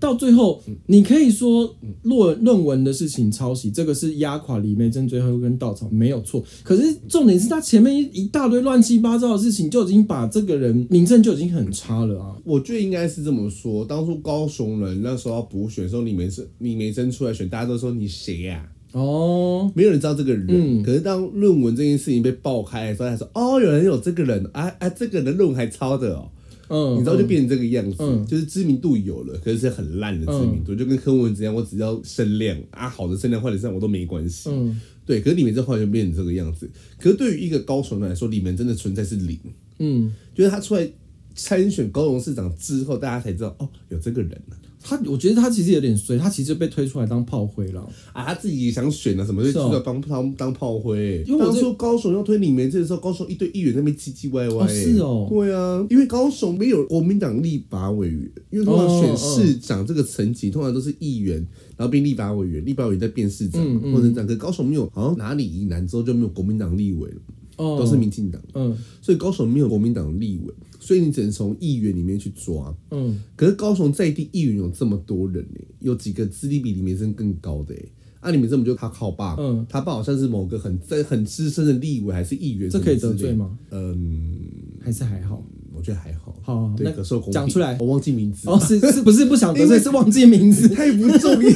Speaker 1: 到最后，你可以说论论文的事情抄袭，这个是压垮李梅珍最后一根稻草，没有错。可是重点是他前面一一大堆乱七八糟的事情，就已经把这个人名声就已经很差了啊。
Speaker 2: 我觉得应该是这么说。当初高雄人那时候要补选的时候，李梅珍李梅珍出来选，大家都说你谁啊呀、
Speaker 1: 哦，
Speaker 2: 没有人知道这个人。
Speaker 1: 嗯
Speaker 2: 可是当论文这件事情被爆开的时候，他说：“哦，有人有这个人啊啊，这个人论文还抄的哦。”
Speaker 1: 嗯，
Speaker 2: 你知道就变成这个样子，
Speaker 1: 嗯
Speaker 2: 就是知名度有了，可是是很烂的知名度，就跟柯文哲一样，我只要声量啊，好的声量、坏的声量我都没关系。
Speaker 1: 嗯
Speaker 2: 对，可是李梅珍后来就变成这个样子。可是对于一个高雄人来说，李梅珍的存在是零，
Speaker 1: 嗯，
Speaker 2: 就是他出来参选高雄市长之后，大家才知道哦，有这个人啊，
Speaker 1: 他我觉得他其实有点衰，他其实被推出来当炮灰了。
Speaker 2: 啊他自己也想选啊，什么就是
Speaker 1: 哦
Speaker 2: 出来帮当当炮灰、
Speaker 1: 因为我
Speaker 2: 当
Speaker 1: 这
Speaker 2: 初高雄要推李梅珍的时候，高雄一堆议员在那边唧唧歪歪、
Speaker 1: 哦是哦
Speaker 2: 对啊，因为高雄没有国民党立法委员，因为通常
Speaker 1: 哦
Speaker 2: 选市长这个层级，通常都是议员，然后变立法委员，立法委员再变市长、
Speaker 1: 嗯嗯
Speaker 2: 或者这样。可高雄没有，好像哪里以南之后就没有国民党立委了，
Speaker 1: 哦，
Speaker 2: 都是民进党。
Speaker 1: 嗯
Speaker 2: 所以高雄没有国民党立委，所以你只能从议员里面去抓。
Speaker 1: 嗯
Speaker 2: 可是高雄在地议员有这么多人呢、有几个资历比李梅珍更高的哎、啊，李梅珍不就他靠爸？
Speaker 1: 嗯
Speaker 2: 他爸好像是某个很在很资深的立委还是议员，
Speaker 1: 这可以得罪？吗？
Speaker 2: 嗯，
Speaker 1: 还是还好？
Speaker 2: 我觉得还好。
Speaker 1: 好
Speaker 2: 对，
Speaker 1: 那
Speaker 2: 可受公平
Speaker 1: 讲出来
Speaker 2: 我忘记名字，
Speaker 1: 哦，是是不是不想得罪，是忘记名字？
Speaker 2: 太不重要。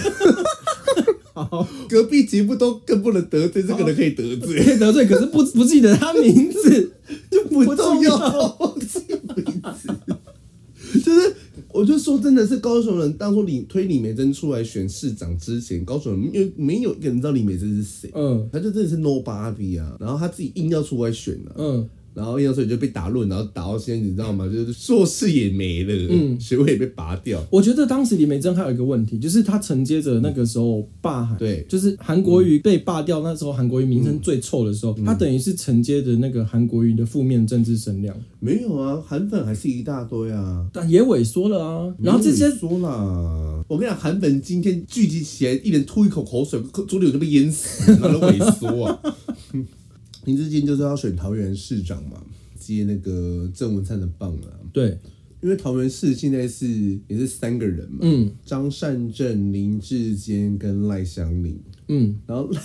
Speaker 1: 好，
Speaker 2: 隔壁节目都更不能得罪，这个
Speaker 1: 哦
Speaker 2: 人可以得罪，
Speaker 1: 可以得罪，可是不不记得他名字。
Speaker 2: 就不重要
Speaker 1: 不重要，
Speaker 2: 忘记名字。 就是，我就说真的是高雄人，当初李推李美珍出来选市长之前，高雄人没有没有一个人知道李美珍是谁。
Speaker 1: 嗯，
Speaker 2: 他就真的是 nobody 啊，然后他自己硬要出来选啊，
Speaker 1: 嗯
Speaker 2: 然后硬要出来就被打论，然后打到现在你知道吗？就是硕士也没了，
Speaker 1: 嗯
Speaker 2: 学位也被拔掉，，
Speaker 1: 我觉得当时李梅珍还有一个问题，就是她承接着那个时候霸韩，
Speaker 2: 对嗯
Speaker 1: 就是韩国瑜被罢掉，那时候韩国瑜名声最臭的时候，她等于是承接着那个韩国瑜的负面政治声量，
Speaker 2: 没有啊，韩粉还是一大堆啊。
Speaker 1: 但也萎缩了
Speaker 2: 嗯
Speaker 1: 啊。然后这些
Speaker 2: 没有说啦，我跟你讲，韩粉今天聚集起来，一人吐一口口水，猪柳就被淹死，哪能萎 缩啊？林志坚就是要选桃园市长嘛，接那个郑文灿的棒啊，
Speaker 1: 对，
Speaker 2: 因为桃园市现在是也是三个人嘛，
Speaker 1: 嗯
Speaker 2: 张善政、林志坚跟赖香林，
Speaker 1: 嗯，
Speaker 2: 然后赖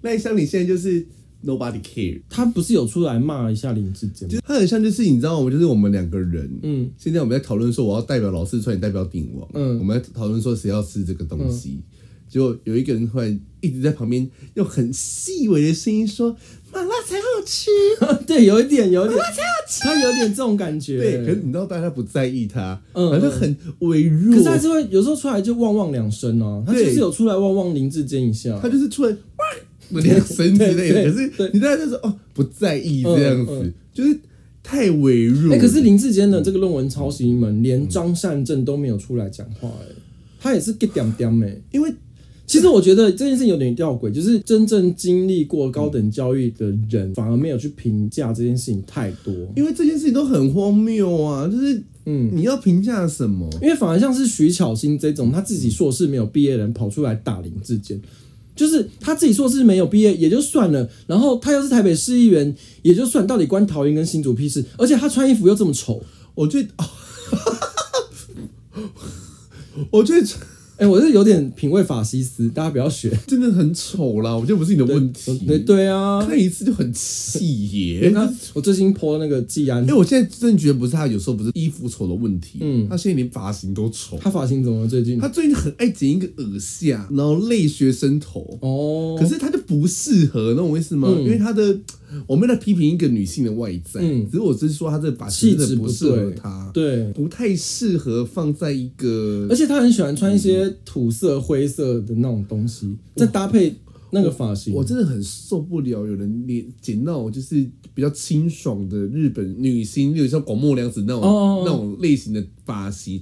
Speaker 2: 赖香林现在就是 nobody care，
Speaker 1: 她不是有出来骂一下林志坚
Speaker 2: 就
Speaker 1: 吗？
Speaker 2: 是他很像就是你知道吗？就是我们两个人，
Speaker 1: 嗯
Speaker 2: 现在我们在讨论说我要代表老四川，你代表鼎王，
Speaker 1: 嗯
Speaker 2: 我们在讨论说谁要吃这个东西，结果有一个人突然一直在旁边用很细微的声音说麻辣才好吃，
Speaker 1: 对，有一点，有一点，她有点这种感觉，
Speaker 2: 对，可是你知道大家不在意他，
Speaker 1: 嗯
Speaker 2: 反正很微弱
Speaker 1: 可是，还是会有时候出来就汪汪两声哦、她
Speaker 2: 对
Speaker 1: 就是有出来汪汪林志坚一下
Speaker 2: 他，就是突然哇两声之类的，
Speaker 1: 对对
Speaker 2: 可是
Speaker 1: 对
Speaker 2: 你大家就说哦不在意这样子，
Speaker 1: 嗯嗯
Speaker 2: 就是太微弱了。
Speaker 1: 哎、可是林志坚的这个论文抄袭门，连张善政都没有出来讲话、哎，他也是 get 点点哎。
Speaker 2: 因为
Speaker 1: 其实我觉得这件事情有点吊诡，就是真正经历过高等教育的人，反而没有去评价这件事情太多。
Speaker 2: 因为这件事情都很荒谬啊，就是
Speaker 1: 嗯
Speaker 2: 你要评价什么？
Speaker 1: 因为反而像是徐巧芯这种，他自己硕士没有毕业的人跑出来打林志坚，就是他自己硕士没有毕业也就算了，然后他又是台北市议员也就算，到底关桃园跟新竹屁事？而且他穿衣服又这么丑，
Speaker 2: 我觉得，哦、 我觉得
Speaker 1: 哎、我是有点品味法西斯，大家不要学。
Speaker 2: 真的很丑啦，我觉得不是你的问题。
Speaker 1: 对对啊，
Speaker 2: 看一次就很气耶。
Speaker 1: 那我最近 po 那个季安
Speaker 2: 因为，我现在真的觉得不是他，有时候不是衣服丑的问题，
Speaker 1: 嗯
Speaker 2: 他现在连发型都丑。
Speaker 1: 他发型怎么了最近
Speaker 2: 他？最近很爱剪一个耳下，然后类学生头，
Speaker 1: 哦，
Speaker 2: 可是他就不适合，那我意思吗？因为他的我没有在批评一个女性的外在，
Speaker 1: 嗯
Speaker 2: 只是我只是说他这个发型真的不适合她，
Speaker 1: 对，
Speaker 2: 不太适合放在一个
Speaker 1: 而且他很喜欢穿一些土色、灰色的那种东西，再搭配那个发型，
Speaker 2: 我真的很受不了有人脸剪那种就是比较清爽的日本女星，例如像广末凉子那种
Speaker 1: 哦哦哦
Speaker 2: 那种类型的发型，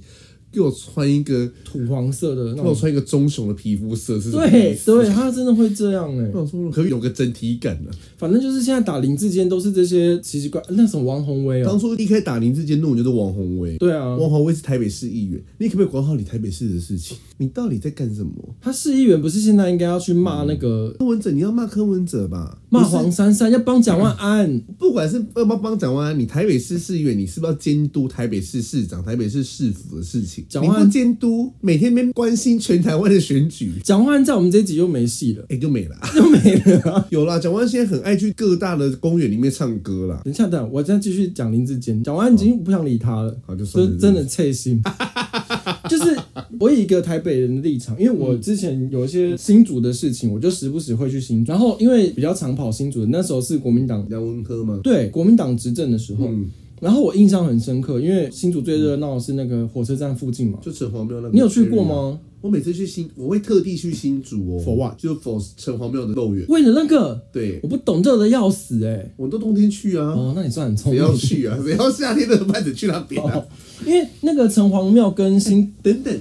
Speaker 2: 给我穿一个，
Speaker 1: 土黄色的那
Speaker 2: 给我
Speaker 1: 种。
Speaker 2: 穿一个棕熊的皮肤色是什么意
Speaker 1: 对
Speaker 2: 思？
Speaker 1: 对，他真的会这样哎、
Speaker 2: 那我说可不可以有个整体感啊呢、
Speaker 1: 反正就是现在打林志坚都是这些奇奇怪，那什么王宏威哦、
Speaker 2: 当初一开始打林志坚弄就是王宏威，
Speaker 1: 对啊，
Speaker 2: 王宏威是台北市议员，你可不可以管好你台北市的事情？你到底在干什么？
Speaker 1: 他市议员不是现在应该要去骂那个
Speaker 2: 柯文哲，你要骂柯文哲吧？
Speaker 1: 骂
Speaker 2: 嗯不是啊
Speaker 1: 黄珊珊，要帮蒋万安，
Speaker 2: 不管是要不要帮蒋万安，你台北市市议员，你是不是要监督台北市市长、台北市市府的事情？
Speaker 1: 蒋
Speaker 2: 你
Speaker 1: 万安
Speaker 2: 不监督，每天没关心全台湾的选举，
Speaker 1: 蒋万安在我们这一集又没戏了。
Speaker 2: 哎、就没了。
Speaker 1: 又没了。
Speaker 2: 有啦，蒋万安现在很爱去各大的公园里面唱歌啦。
Speaker 1: 等一下，等一下，我再继续讲林志坚。蒋万安已经不想理他了，
Speaker 2: 好就算
Speaker 1: 就
Speaker 2: 了
Speaker 1: 是真的脆心。 就是我以一个台北人的立场，因为
Speaker 2: 嗯
Speaker 1: 我之前有一些新竹的事情，我就时不时会去新竹。然后因为比较常跑新竹，那时候是国民党
Speaker 2: 梁文科吗？
Speaker 1: 对国民党执政的时候，
Speaker 2: 嗯
Speaker 1: 然后我印象很深刻，因为新竹最热闹的是那个火车站附近嘛。
Speaker 2: 就城隍庙那个。啊
Speaker 1: 你有去过？吗？
Speaker 2: 我每次去新，我会特地去新竹哦。
Speaker 1: For what？
Speaker 2: 就 for 城隍庙的肉圆。
Speaker 1: 为了那个，
Speaker 2: 对，
Speaker 1: 我不懂热的要死哎、欸。
Speaker 2: 我都冬天去啊。
Speaker 1: 哦，那你算很聪
Speaker 2: 谁
Speaker 1: 明。
Speaker 2: 要去啊？ 谁要夏天的班子去那边啊
Speaker 1: 哦？因为那个城隍庙跟新
Speaker 2: 等等，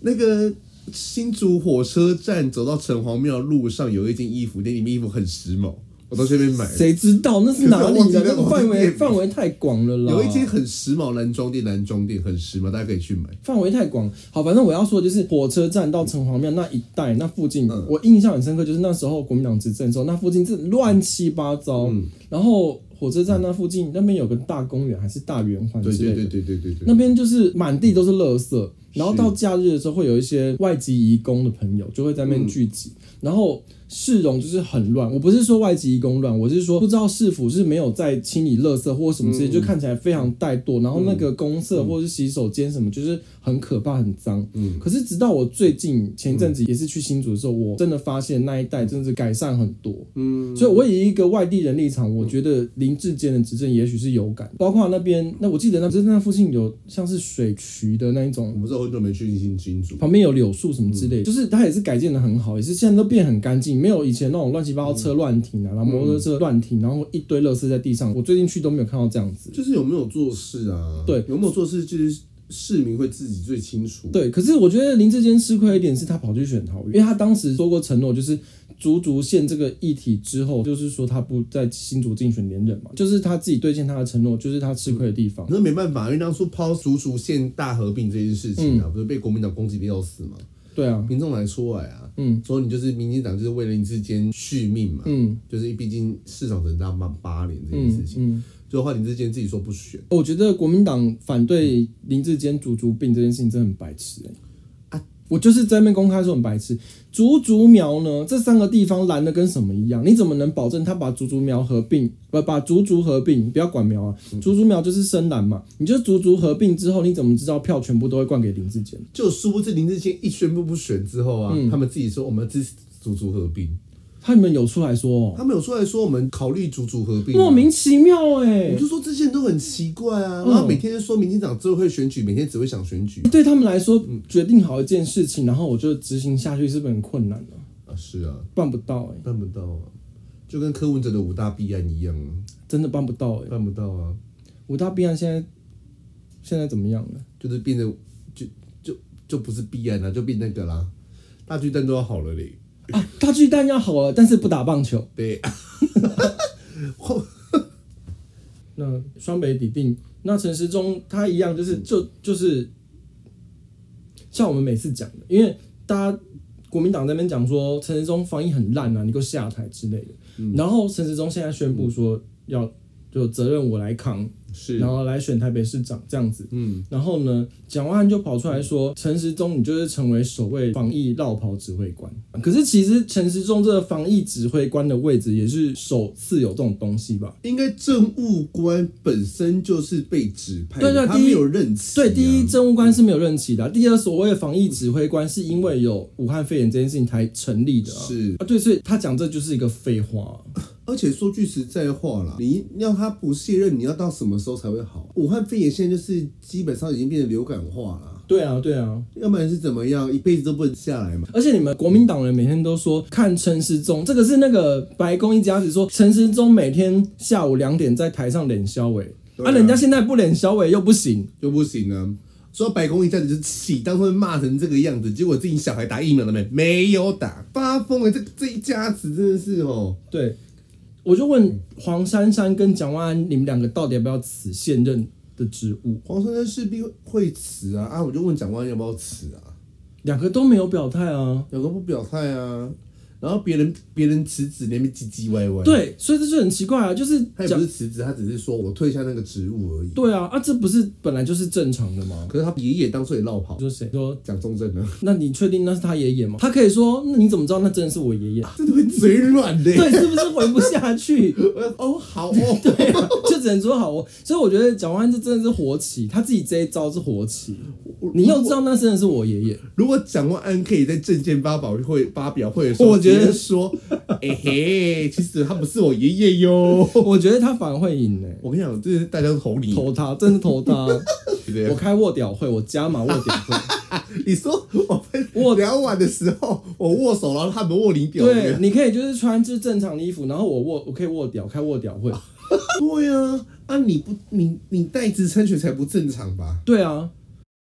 Speaker 2: 那个新竹火车站走到城隍庙路上有一间衣服店，里面衣服很时髦，我到这边买了。
Speaker 1: 谁知道那是哪里
Speaker 2: 可是
Speaker 1: 的？那
Speaker 2: 哎我忘记了
Speaker 1: 个范
Speaker 2: 我忘
Speaker 1: 围
Speaker 2: 记了
Speaker 1: 范围太广了啦。
Speaker 2: 有一间很时髦男装店，男装店很时髦，大家可以去买。
Speaker 1: 范围太广。好，反正我要说的就是火车站到城隍庙那一带那附近，
Speaker 2: 嗯
Speaker 1: 我印象很深刻，就是那时候国民党执政的时候，那附近是乱七八糟。
Speaker 2: 嗯
Speaker 1: 然后火车站那附近那边有个大公园还是大圆环之
Speaker 2: 对
Speaker 1: 类的，
Speaker 2: 对对对对对
Speaker 1: 那
Speaker 2: 对。
Speaker 1: 边就是满地都是垃圾。然后
Speaker 2: 是
Speaker 1: 到假日的时候，会有一些外籍移工的朋友就会在那边聚集，然后市容就是很乱。我不是说外籍移工乱，我是说不知道市府是没有在清理垃圾或什么
Speaker 2: 嗯
Speaker 1: 之类，就看起来非常怠惰。然后那个公厕或是洗手间什么，就是很可怕、很脏。
Speaker 2: 嗯
Speaker 1: 可是直到我最近前一阵子也是去新竹的时候，我真的发现那一带真的是改善很多。
Speaker 2: 嗯，
Speaker 1: 所以，我以一个外地人立场，我觉得林志坚的执政也许是有感，包括那边，那我记得那就是那附近有像是水渠的那一
Speaker 2: 我
Speaker 1: 种，
Speaker 2: 不知道很久没去新新竹。
Speaker 1: 旁边有柳树什么之类，就是它也是改建的很好，也是现在都变很干净，没有以前那种乱七八糟车乱停啊，然后摩托车乱停，然后一堆垃圾在地上，我最近去都没有看到这样子。
Speaker 2: 就是有没有做事啊？
Speaker 1: 对
Speaker 2: 有没有做事，就是市民会自己最清楚。
Speaker 1: 对，可是我觉得林志坚吃亏一点是他跑去选桃园，因为他当时说过承诺，就是竹竹县这个议题之后，就是说他不在新竹竞选连任嘛，就是他自己兑现他的承诺，就是他吃亏的地方。
Speaker 2: 那啊没办法，因为当初抛竹竹县大合并这件事情
Speaker 1: 嗯
Speaker 2: 啊，不是被国民党攻击的要死吗？
Speaker 1: 对啊，
Speaker 2: 民众来出来啊，
Speaker 1: 嗯
Speaker 2: 说你就是民进党就是为了你之间续命嘛，
Speaker 1: 嗯
Speaker 2: 就是毕竟市长只能当八八年这件事
Speaker 1: 嗯
Speaker 2: 情，
Speaker 1: 嗯，
Speaker 2: 最后话林志坚自己说不选
Speaker 1: 我觉得国民党反对林志坚竹竹病这件事情真的很白痴哎、
Speaker 2: 啊
Speaker 1: 我就是在那边公开说很白痴，竹竹苗呢这三个地方蓝的跟什么一样？你怎么能保证他把竹竹苗合并，不把竹竹合并？不要管苗啊，
Speaker 2: 嗯
Speaker 1: 竹竹苗就是深蓝嘛。你就竹竹合并之后，你怎么知道票全部都会灌给林志坚？
Speaker 2: 就殊不知林志坚一宣布不选之后啊，
Speaker 1: 嗯
Speaker 2: 他们自己说我们支持竹竹合并，
Speaker 1: 他们有出来说哦，
Speaker 2: 他们有出来说我们考虑竹竹合并啊、嗯
Speaker 1: 莫名其妙哎、
Speaker 2: 我就说这些人都很奇怪啊，
Speaker 1: 嗯
Speaker 2: 然后每天就说民进党最后会选举，每天只会想选举
Speaker 1: 对他们来说，
Speaker 2: 嗯
Speaker 1: 决定好一件事情，然后我就执行下去，是不是很困难呢、
Speaker 2: 啊，是啊，
Speaker 1: 办不到哎、
Speaker 2: 办不到啊，就跟柯文哲的五大弊案一样啊，
Speaker 1: 真的办不到哎、
Speaker 2: 办不到啊，
Speaker 1: 五大弊案现在现在怎么样了？
Speaker 2: 就是变得就就就不是弊案了、就变那个啦，大巨蛋都要好了嘞，
Speaker 1: 啊，大巨蛋要好了，但是不打棒球。
Speaker 2: 对，
Speaker 1: 那双北底定，那陈时中他一样就是就就是像我们每次讲的，因为大家国民党在那边讲说陈时中防疫很烂啊，你给我下台之类的。然后陈时中现在宣布说要就责任我来扛，
Speaker 2: 是
Speaker 1: 然后来选台北市长这样子。
Speaker 2: 嗯，
Speaker 1: 然后呢，蒋万安就跑出来说，陈时中你就是成为首位防疫绕跑指挥官。可是其实陈时中这个防疫指挥官的位置也是首次有这种东西吧？
Speaker 2: 应该政务官本身就是被指派的，
Speaker 1: 对对
Speaker 2: 他
Speaker 1: 第一
Speaker 2: 没有任期、啊，
Speaker 1: 对，第一，政务官是没有任期的啊、第二，所谓的防疫指挥官是因为有武汉肺炎这件事情才成立的、啊。
Speaker 2: 是
Speaker 1: 啊，对，所以他讲这就是一个废话 啊、
Speaker 2: 而且说句实在话啦，你要他不卸任，你要到什么时候才会好？武汉肺炎现在就是基本上已经变成流感化了。
Speaker 1: 对啊，对啊，
Speaker 2: 要不然是怎么样，一辈子都不能下来嘛？
Speaker 1: 而且你们国民党人每天都说看陈时中，这个是那个白宫一家子说陈时中每天下午两点在台上脸消委，
Speaker 2: 对
Speaker 1: 啊，
Speaker 2: 啊
Speaker 1: 人家现在不脸消委又不行，
Speaker 2: 就不行啊。说白宫一下子就气，当初骂成这个样子，结果自己小孩打疫苗了没？没有打，发疯了！这这一家子真的是哦，
Speaker 1: 对，我就问黄珊珊跟蒋万安，你们两个到底要不要辞现任的职务？
Speaker 2: 黄珊珊势必会辞啊啊！我就问蒋万安要不要辞啊，
Speaker 1: 两个都没有表态啊。
Speaker 2: 两个不表态啊，然后别人别人辞职那边唧唧歪歪，，
Speaker 1: 对，所以这就很奇怪啊，就是
Speaker 2: 他也
Speaker 1: 讲
Speaker 2: 不是辞职，他只是说我退下那个职务而已。
Speaker 1: 对啊，啊，这不是本来就是正常的吗？
Speaker 2: 可是他爷爷当初也落跑，
Speaker 1: 说谁说？
Speaker 2: 蒋中正呢，
Speaker 1: 那你确定那是他爷爷吗？他可以说，那你怎么知道那真的是我爷爷？
Speaker 2: 真的会嘴软的。
Speaker 1: 对，是不是回不下去？
Speaker 2: 我要哦，好哦，
Speaker 1: 对啊，就只能说好哦。所以我觉得蒋万安这真的是火起，他自己这一招是火起。你又知道那真的是我爷爷，
Speaker 2: 如果蒋万安可以在证件发表会发表会的时候，
Speaker 1: 我觉得
Speaker 2: 直接说， 哎、嘿，其实他不是我爷爷哟。
Speaker 1: 我觉得他反而会赢呢、
Speaker 2: 我跟你讲，这是大家都投你，
Speaker 1: 投他，真的投他。
Speaker 2: 对不对
Speaker 1: 我开卧屌会，我加码卧屌会。
Speaker 2: 你说我们我聊完的时候，我握手，然后他们握你表，
Speaker 1: 对，你可以就是穿就是正常的衣服，然后我卧我可以卧屌，开卧屌会。
Speaker 2: 对啊，啊你不你你带职参选才不正常吧？
Speaker 1: 对啊，